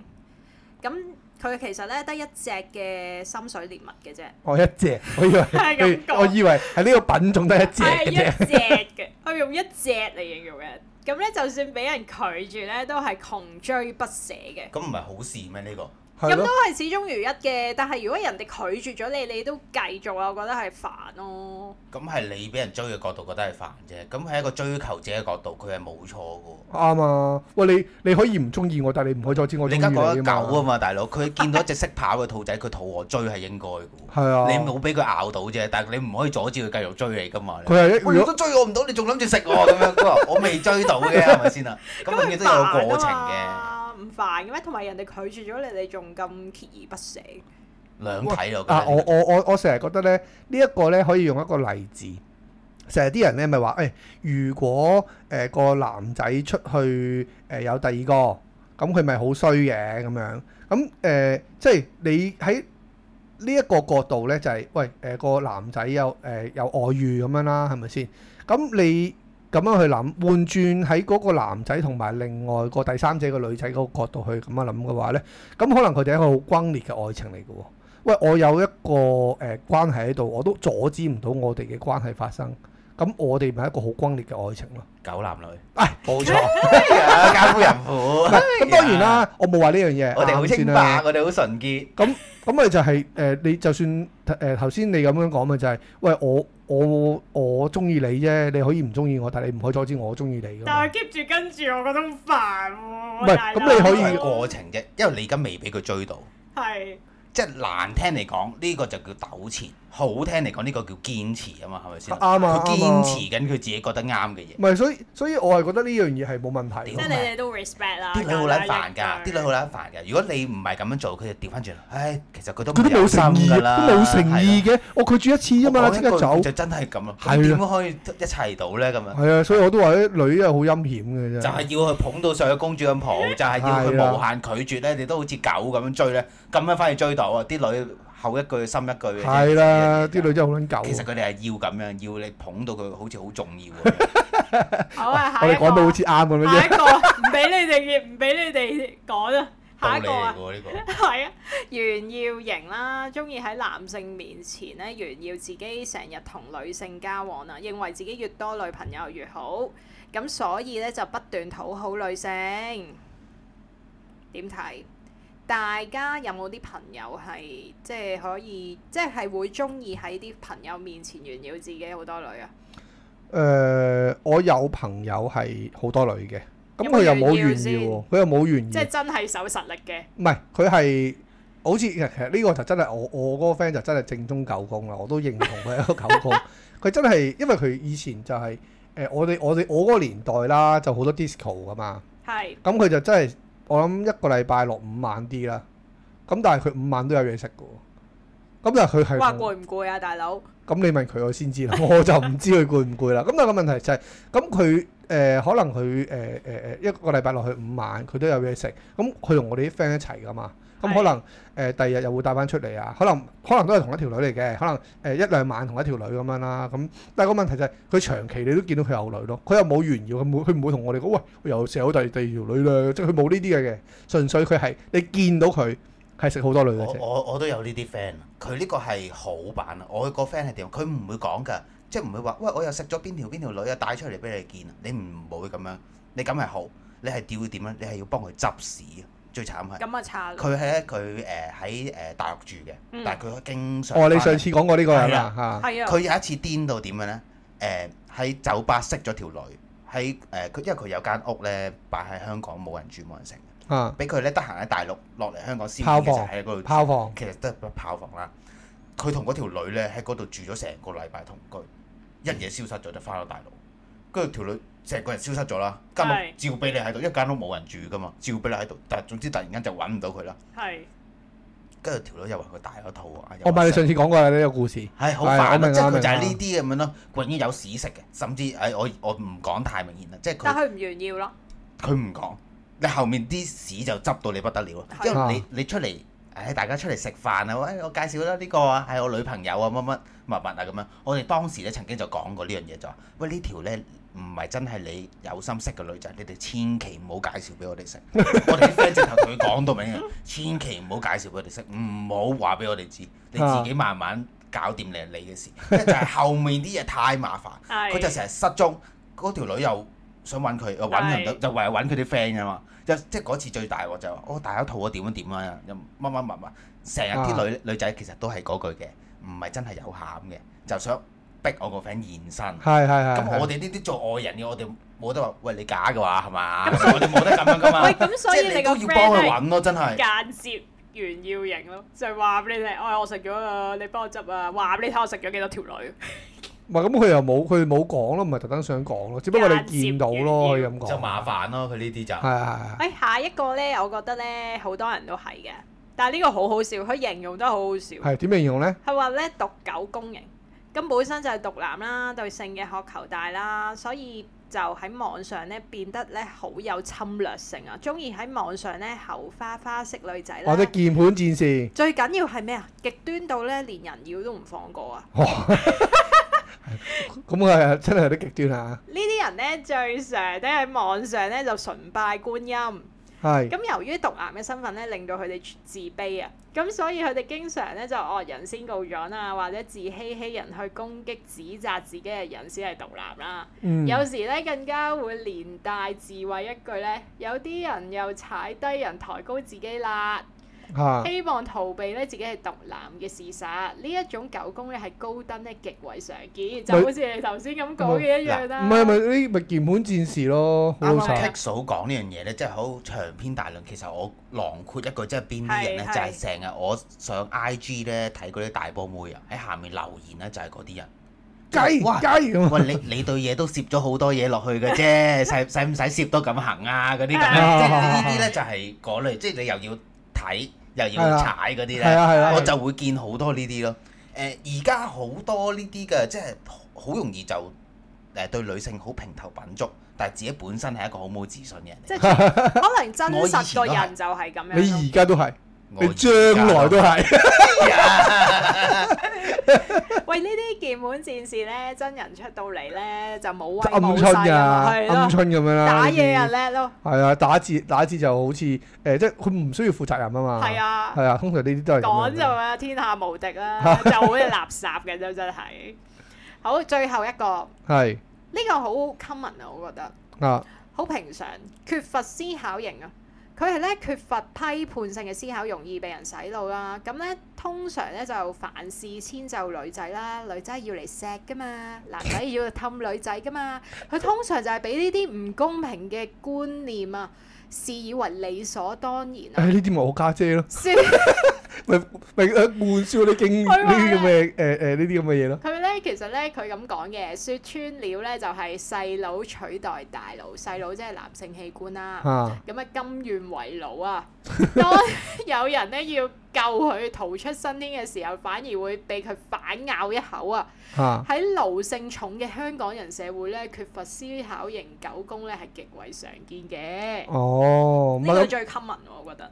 咁佢其實呢得一隻嘅心水獵物嘅啫，我一隻，我 以為係咁 講我以為係呢個品種得一隻係啊嘅一啫。隻嘅，佢用一隻嚟形容嘅，咁咧就算俾人拒絕咧，都係窮追不捨嘅。咁唔係好事咩？呢個係咁都咯，係始終如一嘅，但係如果人哋拒絕咗你，你都繼續啊，我覺得係煩咯。咁係你俾人追嘅角度覺得係煩啫，咁喺一個追求者嘅角度，佢係冇錯嘅喎。啱啊！喂，你你可以唔中意我，但係你唔可以再知我你中而意你家講啊緊狗啊嘛。嘛，大佬，佢見到一隻識跑嘅兔仔，佢肚餓追係應該嘅喎。係啊，你冇俾佢咬到啫，但係你唔可以阻止佢繼續追你噶嘛。佢係一喂，如果如果追我唔到，你仲諗住食我咁樣？佢話我未追到嘅，係咪 先啊？咁永遠都有個過程嘅，嘅，唔煩嘅咩？同埋人哋拒絕咗你，你仲咁鍥而不捨。兩睇咯。啊，覺我得我我我成日覺得咧，呢、一個咧可以用一個例子。成日啲人咧咪話誒，如果誒、呃、個男仔出去誒、呃有第二個，咁佢咪好衰嘅咁樣。咁誒、呃即係你喺呢一個角度咧，就係、喂誒、呃、個男仔有誒、呃有外遇咁樣啦，係咪先？咁你咁樣去諗，換轉喺嗰個男仔同埋另外個第三者個女仔嗰個角度去咁樣諗嘅話咧，咁可能佢哋係一個好轟烈嘅愛情嚟嘅喎。喂，我有一個誒、呃、關係喺度，我都阻止唔到我哋嘅關係發生，咁我哋咪一個好轟烈嘅愛情咯。狗男女，唉，冇 錯，家夫人婦。咁當然啦，我冇話呢樣嘢，我哋好啱清先啦白，我哋好純潔。咁咁咪就係、呃你就算誒頭先你咁樣講咪就係、喂我我我中意你啫，你可以唔中意我，但係你唔可以阻止我中意你㗎嘛。係 keep 住跟住，我覺得好煩喎唔係大佬咁你可以係過程啫，因為你而家未俾佢追到，係即係難聽嚟講，呢、個就叫糾纏；好聽嚟講，呢、個叫堅持啊嘛，係咪先？啱啊佢啱啊堅持緊佢自己覺得啱嘅嘢。唔係，所以所以我係覺得呢樣嘢係冇問題即㗎係嘛。你哋都 respect 啦。啲女好撚煩㗎，啲女好啦。撚煩㗎。如果你唔係咁樣做，佢就調翻轉啦。唉，其實佢都佢都冇誠意，㗎嘅，啦，都冇誠意係嘅。我拒絕一次啫啦。嘛，我講即一刻句走。就真係咁咯。係啊咁點可以一齊到咧？咁樣係啊，所以我都話啲女啊好陰險嘅就啫。係要佢捧到上去公主咁抱，就係要係啊佢無限拒絕咧。你都好似狗咁樣追咧，咁樣反而追到啊！啲女後一句深一句嘅啫。係啦，啲女真係好撚狗其實啊。佢哋係要咁樣，要你捧到佢好似好重要 咁樣。好啊，下我一哋個講到好似啱咁樣下啫一。個啊唔俾你哋，唔俾你哋講啊。道下一理個啊嚟嘅。喎呢個。係啊，炫耀型啦，中意喺男性面前咧炫耀自己成日同女性交往啦，認為自己越多女朋友越好，咁所以咧就不斷討好女性。點睇？大家有冇啲朋友係即係可以，即係會中意喺啲朋友面前炫耀自己好多女啊？誒、我有朋友係好多女嘅，咁佢有冇又冇炫耀炫耀喎，佢又冇炫即耀係，真係守實力嘅，唔係佢係好似其實呢個就真係我我嗰個 friend 就真係正宗狗公啦，我都認同佢係一個狗 公。佢真係因為佢以前就係、誒、我哋我哋我嗰個年代啦，就好多 disco 噶嘛，係咁佢就真係我諗一個禮拜落五晚啲啦，咁但係佢五晚都有嘢食嘅喎，咁但係佢係哇同攰唔攰啊，大佬？咁你問佢我先知啦， 我就唔知佢攰唔攰啦。咁但係個問題就係、咁佢誒可能佢誒誒誒一個禮拜落去五晚，佢都有嘢食。咁佢同我哋啲 friend 一齊噶嘛，咁係可能誒、第二日又會帶翻出嚟啊。可能可能都係同一條女嚟嘅，可能誒、呃一兩晚同一條女咁樣啦。咁但係個問題就係、佢長期你都見到佢有女咯，佢又冇炫耀，佢冇佢唔會同我哋講喂，我又食好第第二條女啦，即係佢冇呢啲嘢嘅，純粹佢係你見到佢係食好多女嘅我啫。我我都有呢啲 friend，佢呢個係好版啊！我個 friend 係點？佢唔會講㗎，即係唔會話喂，我又食咗邊條邊條女啊，帶出嚟俾你見啊！你唔會咁樣，你咁係好，你係屌佢點樣？你係要幫佢執屎啊！最慘係咁啊差啦，佢係咧，佢誒喺誒大陸住嘅，嗯但係佢經常哦，你返上嚟次講過呢個人係啊啊嚇，係啊佢，有一次癲到點樣呢？誒、喺酒吧識咗條女，喺誒佢因為佢有間屋呢，擺喺香港冇人住冇人食，啊俾佢呢得閒喺大陸落嚟香港消炮遣，其房實喺嗰度，炮房。其實都係炮房啦。佢同嗰條女呢，喺嗰度住咗成個禮拜同居，一夜消失咗就翻咗大陸，跟住條女成個人消失咗啦，間屋係照俾你喺度，一間屋冇人住噶嘛，照俾你喺度，但係總之突然間就揾唔到佢啦，係跟住條女又話佢大咗肚啊，又我咪話你上次講過啦呢個故事，係好係煩我啊！明即係我佢明就係我呢啲咁樣咯，永遠有屎食嘅，甚至誒我我唔講太明顯啦，即係但佢佢唔炫耀咯，佢唔講，你後面啲屎就執到你不得了啦，係因為啊你你出嚟誒大家出嚟食飯啊，喂我介紹啦呢個啊係我女朋友啊乜乜物物啊咁樣，我哋當時咧曾經就講過呢樣嘢就話，喂呢條咧唔係真係你有心識嘅女仔，你哋千祈唔好介紹俾我哋識，我哋啲 friend 直頭同佢講到明嘅，啊千祈唔好介紹俾我哋識，唔好話俾我哋知，你自己慢慢搞掂你係你嘅事，因為就係後面啲嘢太麻煩。係佢就成日失蹤，嗰條女又想揾佢，又揾唔到，係就唯有揾佢啲 friend 啫嘛。就即係嗰次最大鑊就係話，我大家肚啊點樣點啊，又乜乜乜乜，成日啊啲女女仔其實都係嗰句嘅，唔係真係有喊嘅，就想逼我個 friend 現身。係係啊係。咁我哋呢啲做外人嘅，我哋冇得話喂你假嘅話係 嘛？我哋冇得咁樣噶 嘛。 喂，咁所即以係你你個都要幫 friend 佢係揾咯，真係。間接炫耀型咯，就係話俾你聽，哎，我食咗啊，你幫我執啊，話俾你聽我食咗幾多條女，唔係咁，佢又冇佢冇講咯，唔係特登想講咯，只不過你見到咯，佢咁講。就麻煩咯，佢呢啲就係。係係係哎，下一個咧，我覺得咧，好多人都係嘅，但係呢個好好笑，佢形容得好好笑，係點形容咧？係話咧毒狗公營，咁本身就係毒男啦，對性嘅渴求大啦，所以就喺網上咧變得咧好有侵略性啊，中意喺網上咧口花花式女仔啦或者，鍵盤戰士，最緊要係咩啊？極端到咧連人妖都唔放過啊！咁係真係有啲極端啊！呢啲人咧最常咧喺網上咧就崇拜觀音，係咁由於毒男嘅身份咧，令到佢哋自卑啊，咁所以佢哋經常咧就惡人先告狀啊，或者自欺欺人去攻擊指責自己嘅人先係毒男啦。嗯 有時咧更加會連帶自毀一句咧，有啲人又踩低人抬高自己啦，嚇希望逃避咧自己係毒男嘅事實。呢一種狗公咧係高登咧極為常見，就好似你頭先咁講嘅一樣啦。唔係咪呢咪鍵盤戰士咯？好啱老啱實 Kick 嫂講呢樣嘢咧，即係好長篇大論。其實我囊括一句，即係邊啲人咧，就係係係成日我上 IG 咧睇嗰啲大波妹啊，喺下面留言咧就係嗰啲人。雞哇雞咁喂，你你對嘢都攝咗好多嘢落去嘅啫，使使唔使攝都咁行啊？嗰啲咁樣，即係呢啲咧就係嗰類，即係你又要睇又係要啊踩嗰啲係咧，啊係啊，我就會見好多呢啲咯。誒，而家好多呢啲嘅，即係好容易就誒對女性好平頭品足，但係自己本身係一個好冇自信嘅人嚟。即係 可能真我以前實個都係人就係咁樣咯。你而家都係，我你將來 都係，喂，呢啲鍵盤戰士咧，真人出到嚟咧就冇威鵪冇鶉勢 㗎，啊，鵪係咯，鶉咁樣啦。打嘢呢啊啲叻咯，係啊，打字打字就好似誒，即係佢唔需要負責任啊嘛。係啊係，啊，通常呢啲都係咁講樣就嘅。啊天下無敵 啦，就好似垃圾嘅啫，真係。好，最後一個係呢個好 common 啊，我覺得啊，好平常，缺乏思考型啊。佢係咧缺乏批判性嘅思考，容易被人洗腦啦。咁咧通常咧就凡事遷就女仔啦，女仔要嚟錫噶嘛，男仔要氹女仔噶嘛。佢通常就係俾呢啲唔公平嘅觀念啊，視以為理所當然啊。誒呢啲咪我家姐 咯，笑咪咪誒灌輸啲經呢佢話啲咁嘅誒誒呢啲咁嘅嘢咯。佢咧其實咧佢咁講嘅，説穿了咧就係細佬取代大佬，細佬即係男性器官啦。啊，咁啊甘願為奴啊！ 當有人咧要救佢逃出生天嘅時候，反而會被佢反咬一口啊！嚇喺奴性重嘅香港人社會咧，缺乏思考型狗公咧係極為常見嘅。哦，唔呢個係咁最 common 喎我覺得。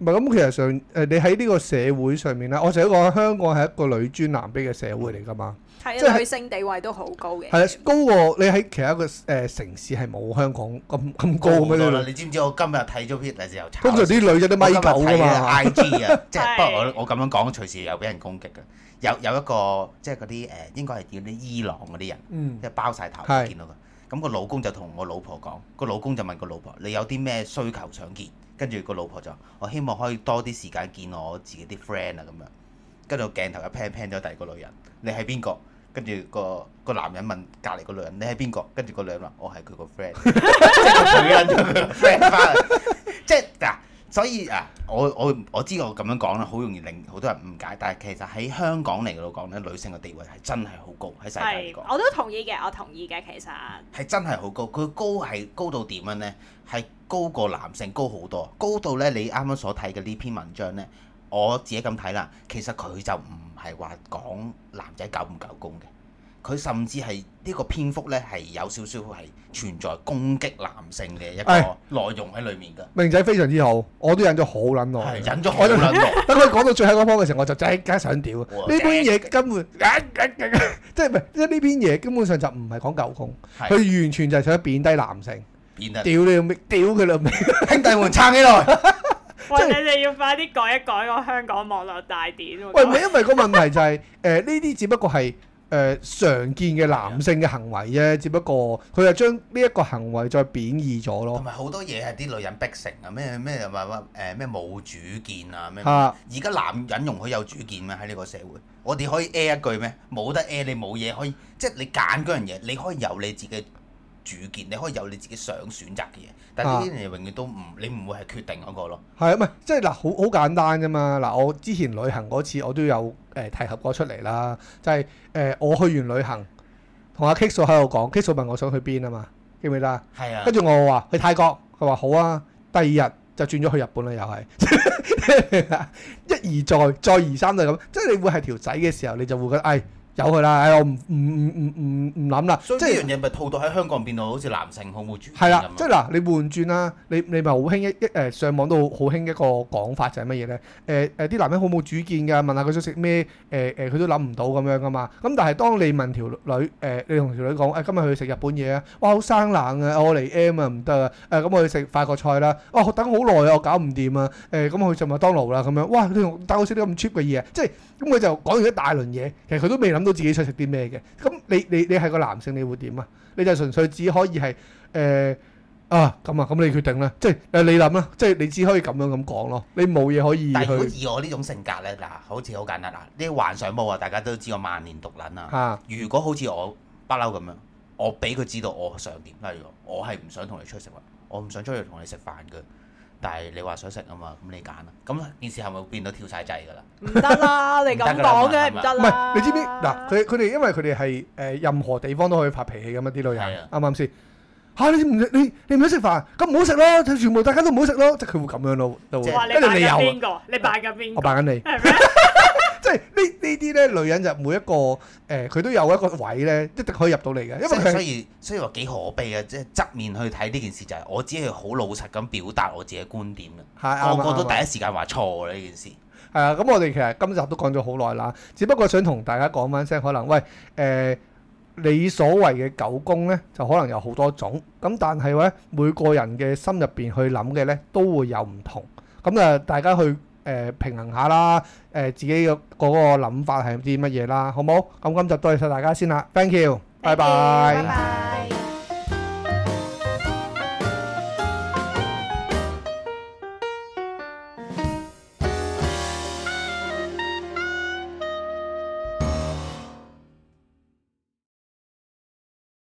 唔係咁，其實上誒你喺呢個社會上面咧，我成日都講香港係一個女尊男卑嘅社會嚟㗎嘛。即係係啊，女性地位都好高嘅。係啊，高過你喺其他一個誒城市係冇香港咁咁高咁好多啦樣。你知唔知我今日睇咗 Peter 時候炒通常啲女仔都米九㗎嘛。 I G 啊，即係係不過我我咁樣講，隨時又俾人攻擊嘅。有有一個即係嗰啲誒，應該係叫啲伊朗嗰啲人，嗯即係包晒頭係見到佢。咁個老公就同我老婆講，個老公就問個老婆：你有啲咩需求想見？跟住個老婆就話：我希望可以多啲時間見我自己啲 friend 啊咁樣。跟住個鏡頭一 pan pan 咗第二個女人，你係邊個？跟住個個男人問隔離個女人：你係邊個？跟住個女人話：我係佢個 friend。即係個女人咗佢個 friend 翻嚟，即係嗱。所以啊，我我我知我咁樣講啦，好容易令好多人誤解。但係其實喺香港嚟講咧，女性嘅地位係真係好高，喺世界嚟係講，我都同意嘅，我同意嘅其實。係真係好高。佢高係高到點樣呢？係高過男性高好多，高到呢，你啱啱所睇嘅呢篇文章呢，我自己咁睇啦。其實佢就唔係話講男仔夠唔夠公嘅。佢甚至係呢個篇幅呢，係有少少係存在攻擊男性嘅一個係內容喺裡面㗎。明仔非常之好，我都忍咗好撚耐。係忍咗好我就 撚耐。等佢講到最後嗰方嘅時候，我就即刻想屌。呢哇篇嘢根本， 即係唔係？即係呢篇嘢根本上就唔係講狗公，係佢完全就係想貶低男性。變得屌你老味，屌佢 老味。啊兄弟們撐起來，喂，即你係哋要快啲改一改個香港網絡大典喎。喂，唔係因為個問題就係誒呢啲只不過係呃常見嘅男性嘅行為啫，只不過佢係將呢一個行為再貶義咗同咯。埋好多嘢係啲女人逼成啊，咩咩又話話誒咩冇主見啊咩。啊，而家男人容許有主見咩？喺呢個社會，我哋可以 a 一句咩？冇得 a 你冇嘢可以，即係你揀嗰樣嘢，你可以有你自己嘅主見，你可以有你自己想選擇嘅嘢。但啊係呢啲嘢永遠都唔，你唔會係決定嗰個咯。係啊，唔係即係嗱，好好簡單啫嘛。嗱，我之前旅行嗰次我都有誒、呃提及過出嚟啦，就係、呃我去完旅行，同阿 K 嫂喺度講，K 嫂問我想去邊啊嘛，記唔記得啊？係啊跟，住我話去泰國，佢話好啊。第二日就轉咗去日本啦，又係 一而再，再而三就係咁。即係你會係條仔嘅時候，你就會覺得，唉、由佢啦，哎唉、我唔唔唔唔唔唔諗啦。即所以呢係樣嘢咪套到喺香港變到好似男性好冇主見係啦，咁即係啊嗱，你換轉啦，你你咪好興一一誒上網都好好興一個講法就係乜嘢咧？誒誒啲男人好冇主見㗎，問下佢想食咩誒誒，佢都諗唔到咁樣㗎嘛。咁但係當你問條女誒、你同條女講誒、今日去食日本嘢啊，哇好生冷啊，我嚟 M 啊唔得啊，誒、咁我去食法國菜啦，哦我等好耐啊，我搞唔掂啊，誒、咁我去食麥當勞啦咁樣，哇你同帶我食啲咁 cheap 嘅嘢，啊即係咁佢就講完一大輪嘢，其實佢都未諗到自己想食啲咩嘅。咁你你你係個男性，你會點啊？你就純粹只可以係誒。啊，咁啊，咁你決定啦，即係誒你諗啦，即係你只可以咁樣咁講咯，你冇嘢可以但係如果去以我呢種性格咧，嗱，好似好簡單啦，呢啲幻想冇啊，大家都知我萬年獨撚啊。嚇如果好似我不嬲咁樣，我俾佢知道我想點，例如我係唔想同你出去食飯，我唔想出去同你食飯嘅。但係你話想食啊嘛，咁你揀啦。咁件事係咪會變到跳晒掣㗎啦？唔得啦，你咁講嘅唔得唔係啦。你知唔知嗱？佢佢哋因為佢哋係誒任何地方都可以發脾氣咁嘛，啲女係人啊啱唔啱先？嚇你唔你你唔想食飯，咁唔好食咯，就全部大家都唔好食咯，即係佢會咁樣咯，就會即係哇！你跟住扮你緊邊又啊個？你扮緊邊我個？扮 緊你，係咩？即係呢呢啲咧女人就每一個誒佢都有一個位咧，一定可以入到嚟嘅，因為即係佢係所以所以話幾可悲啊！即係側面去睇呢件事就係我只係好老實咁表達我自己嘅觀點嘅，係啱啊個個都啱啊第一時間話錯啦呢件事。係啊，咁我哋其實今集都講咗好耐啦，只不過想同大家講翻聲，可能喂誒、呃你所謂嘅狗公呢，就可能有好多種，咁但係咧每個人嘅心入邊去諗嘅呢，都會有唔同，咁啊大家去誒、呃平衡下啦，誒、呃自己嘅嗰個諗法係啲乜嘢啦，好冇？咁今集多謝晒大家先啦，thank you，拜拜。拜拜。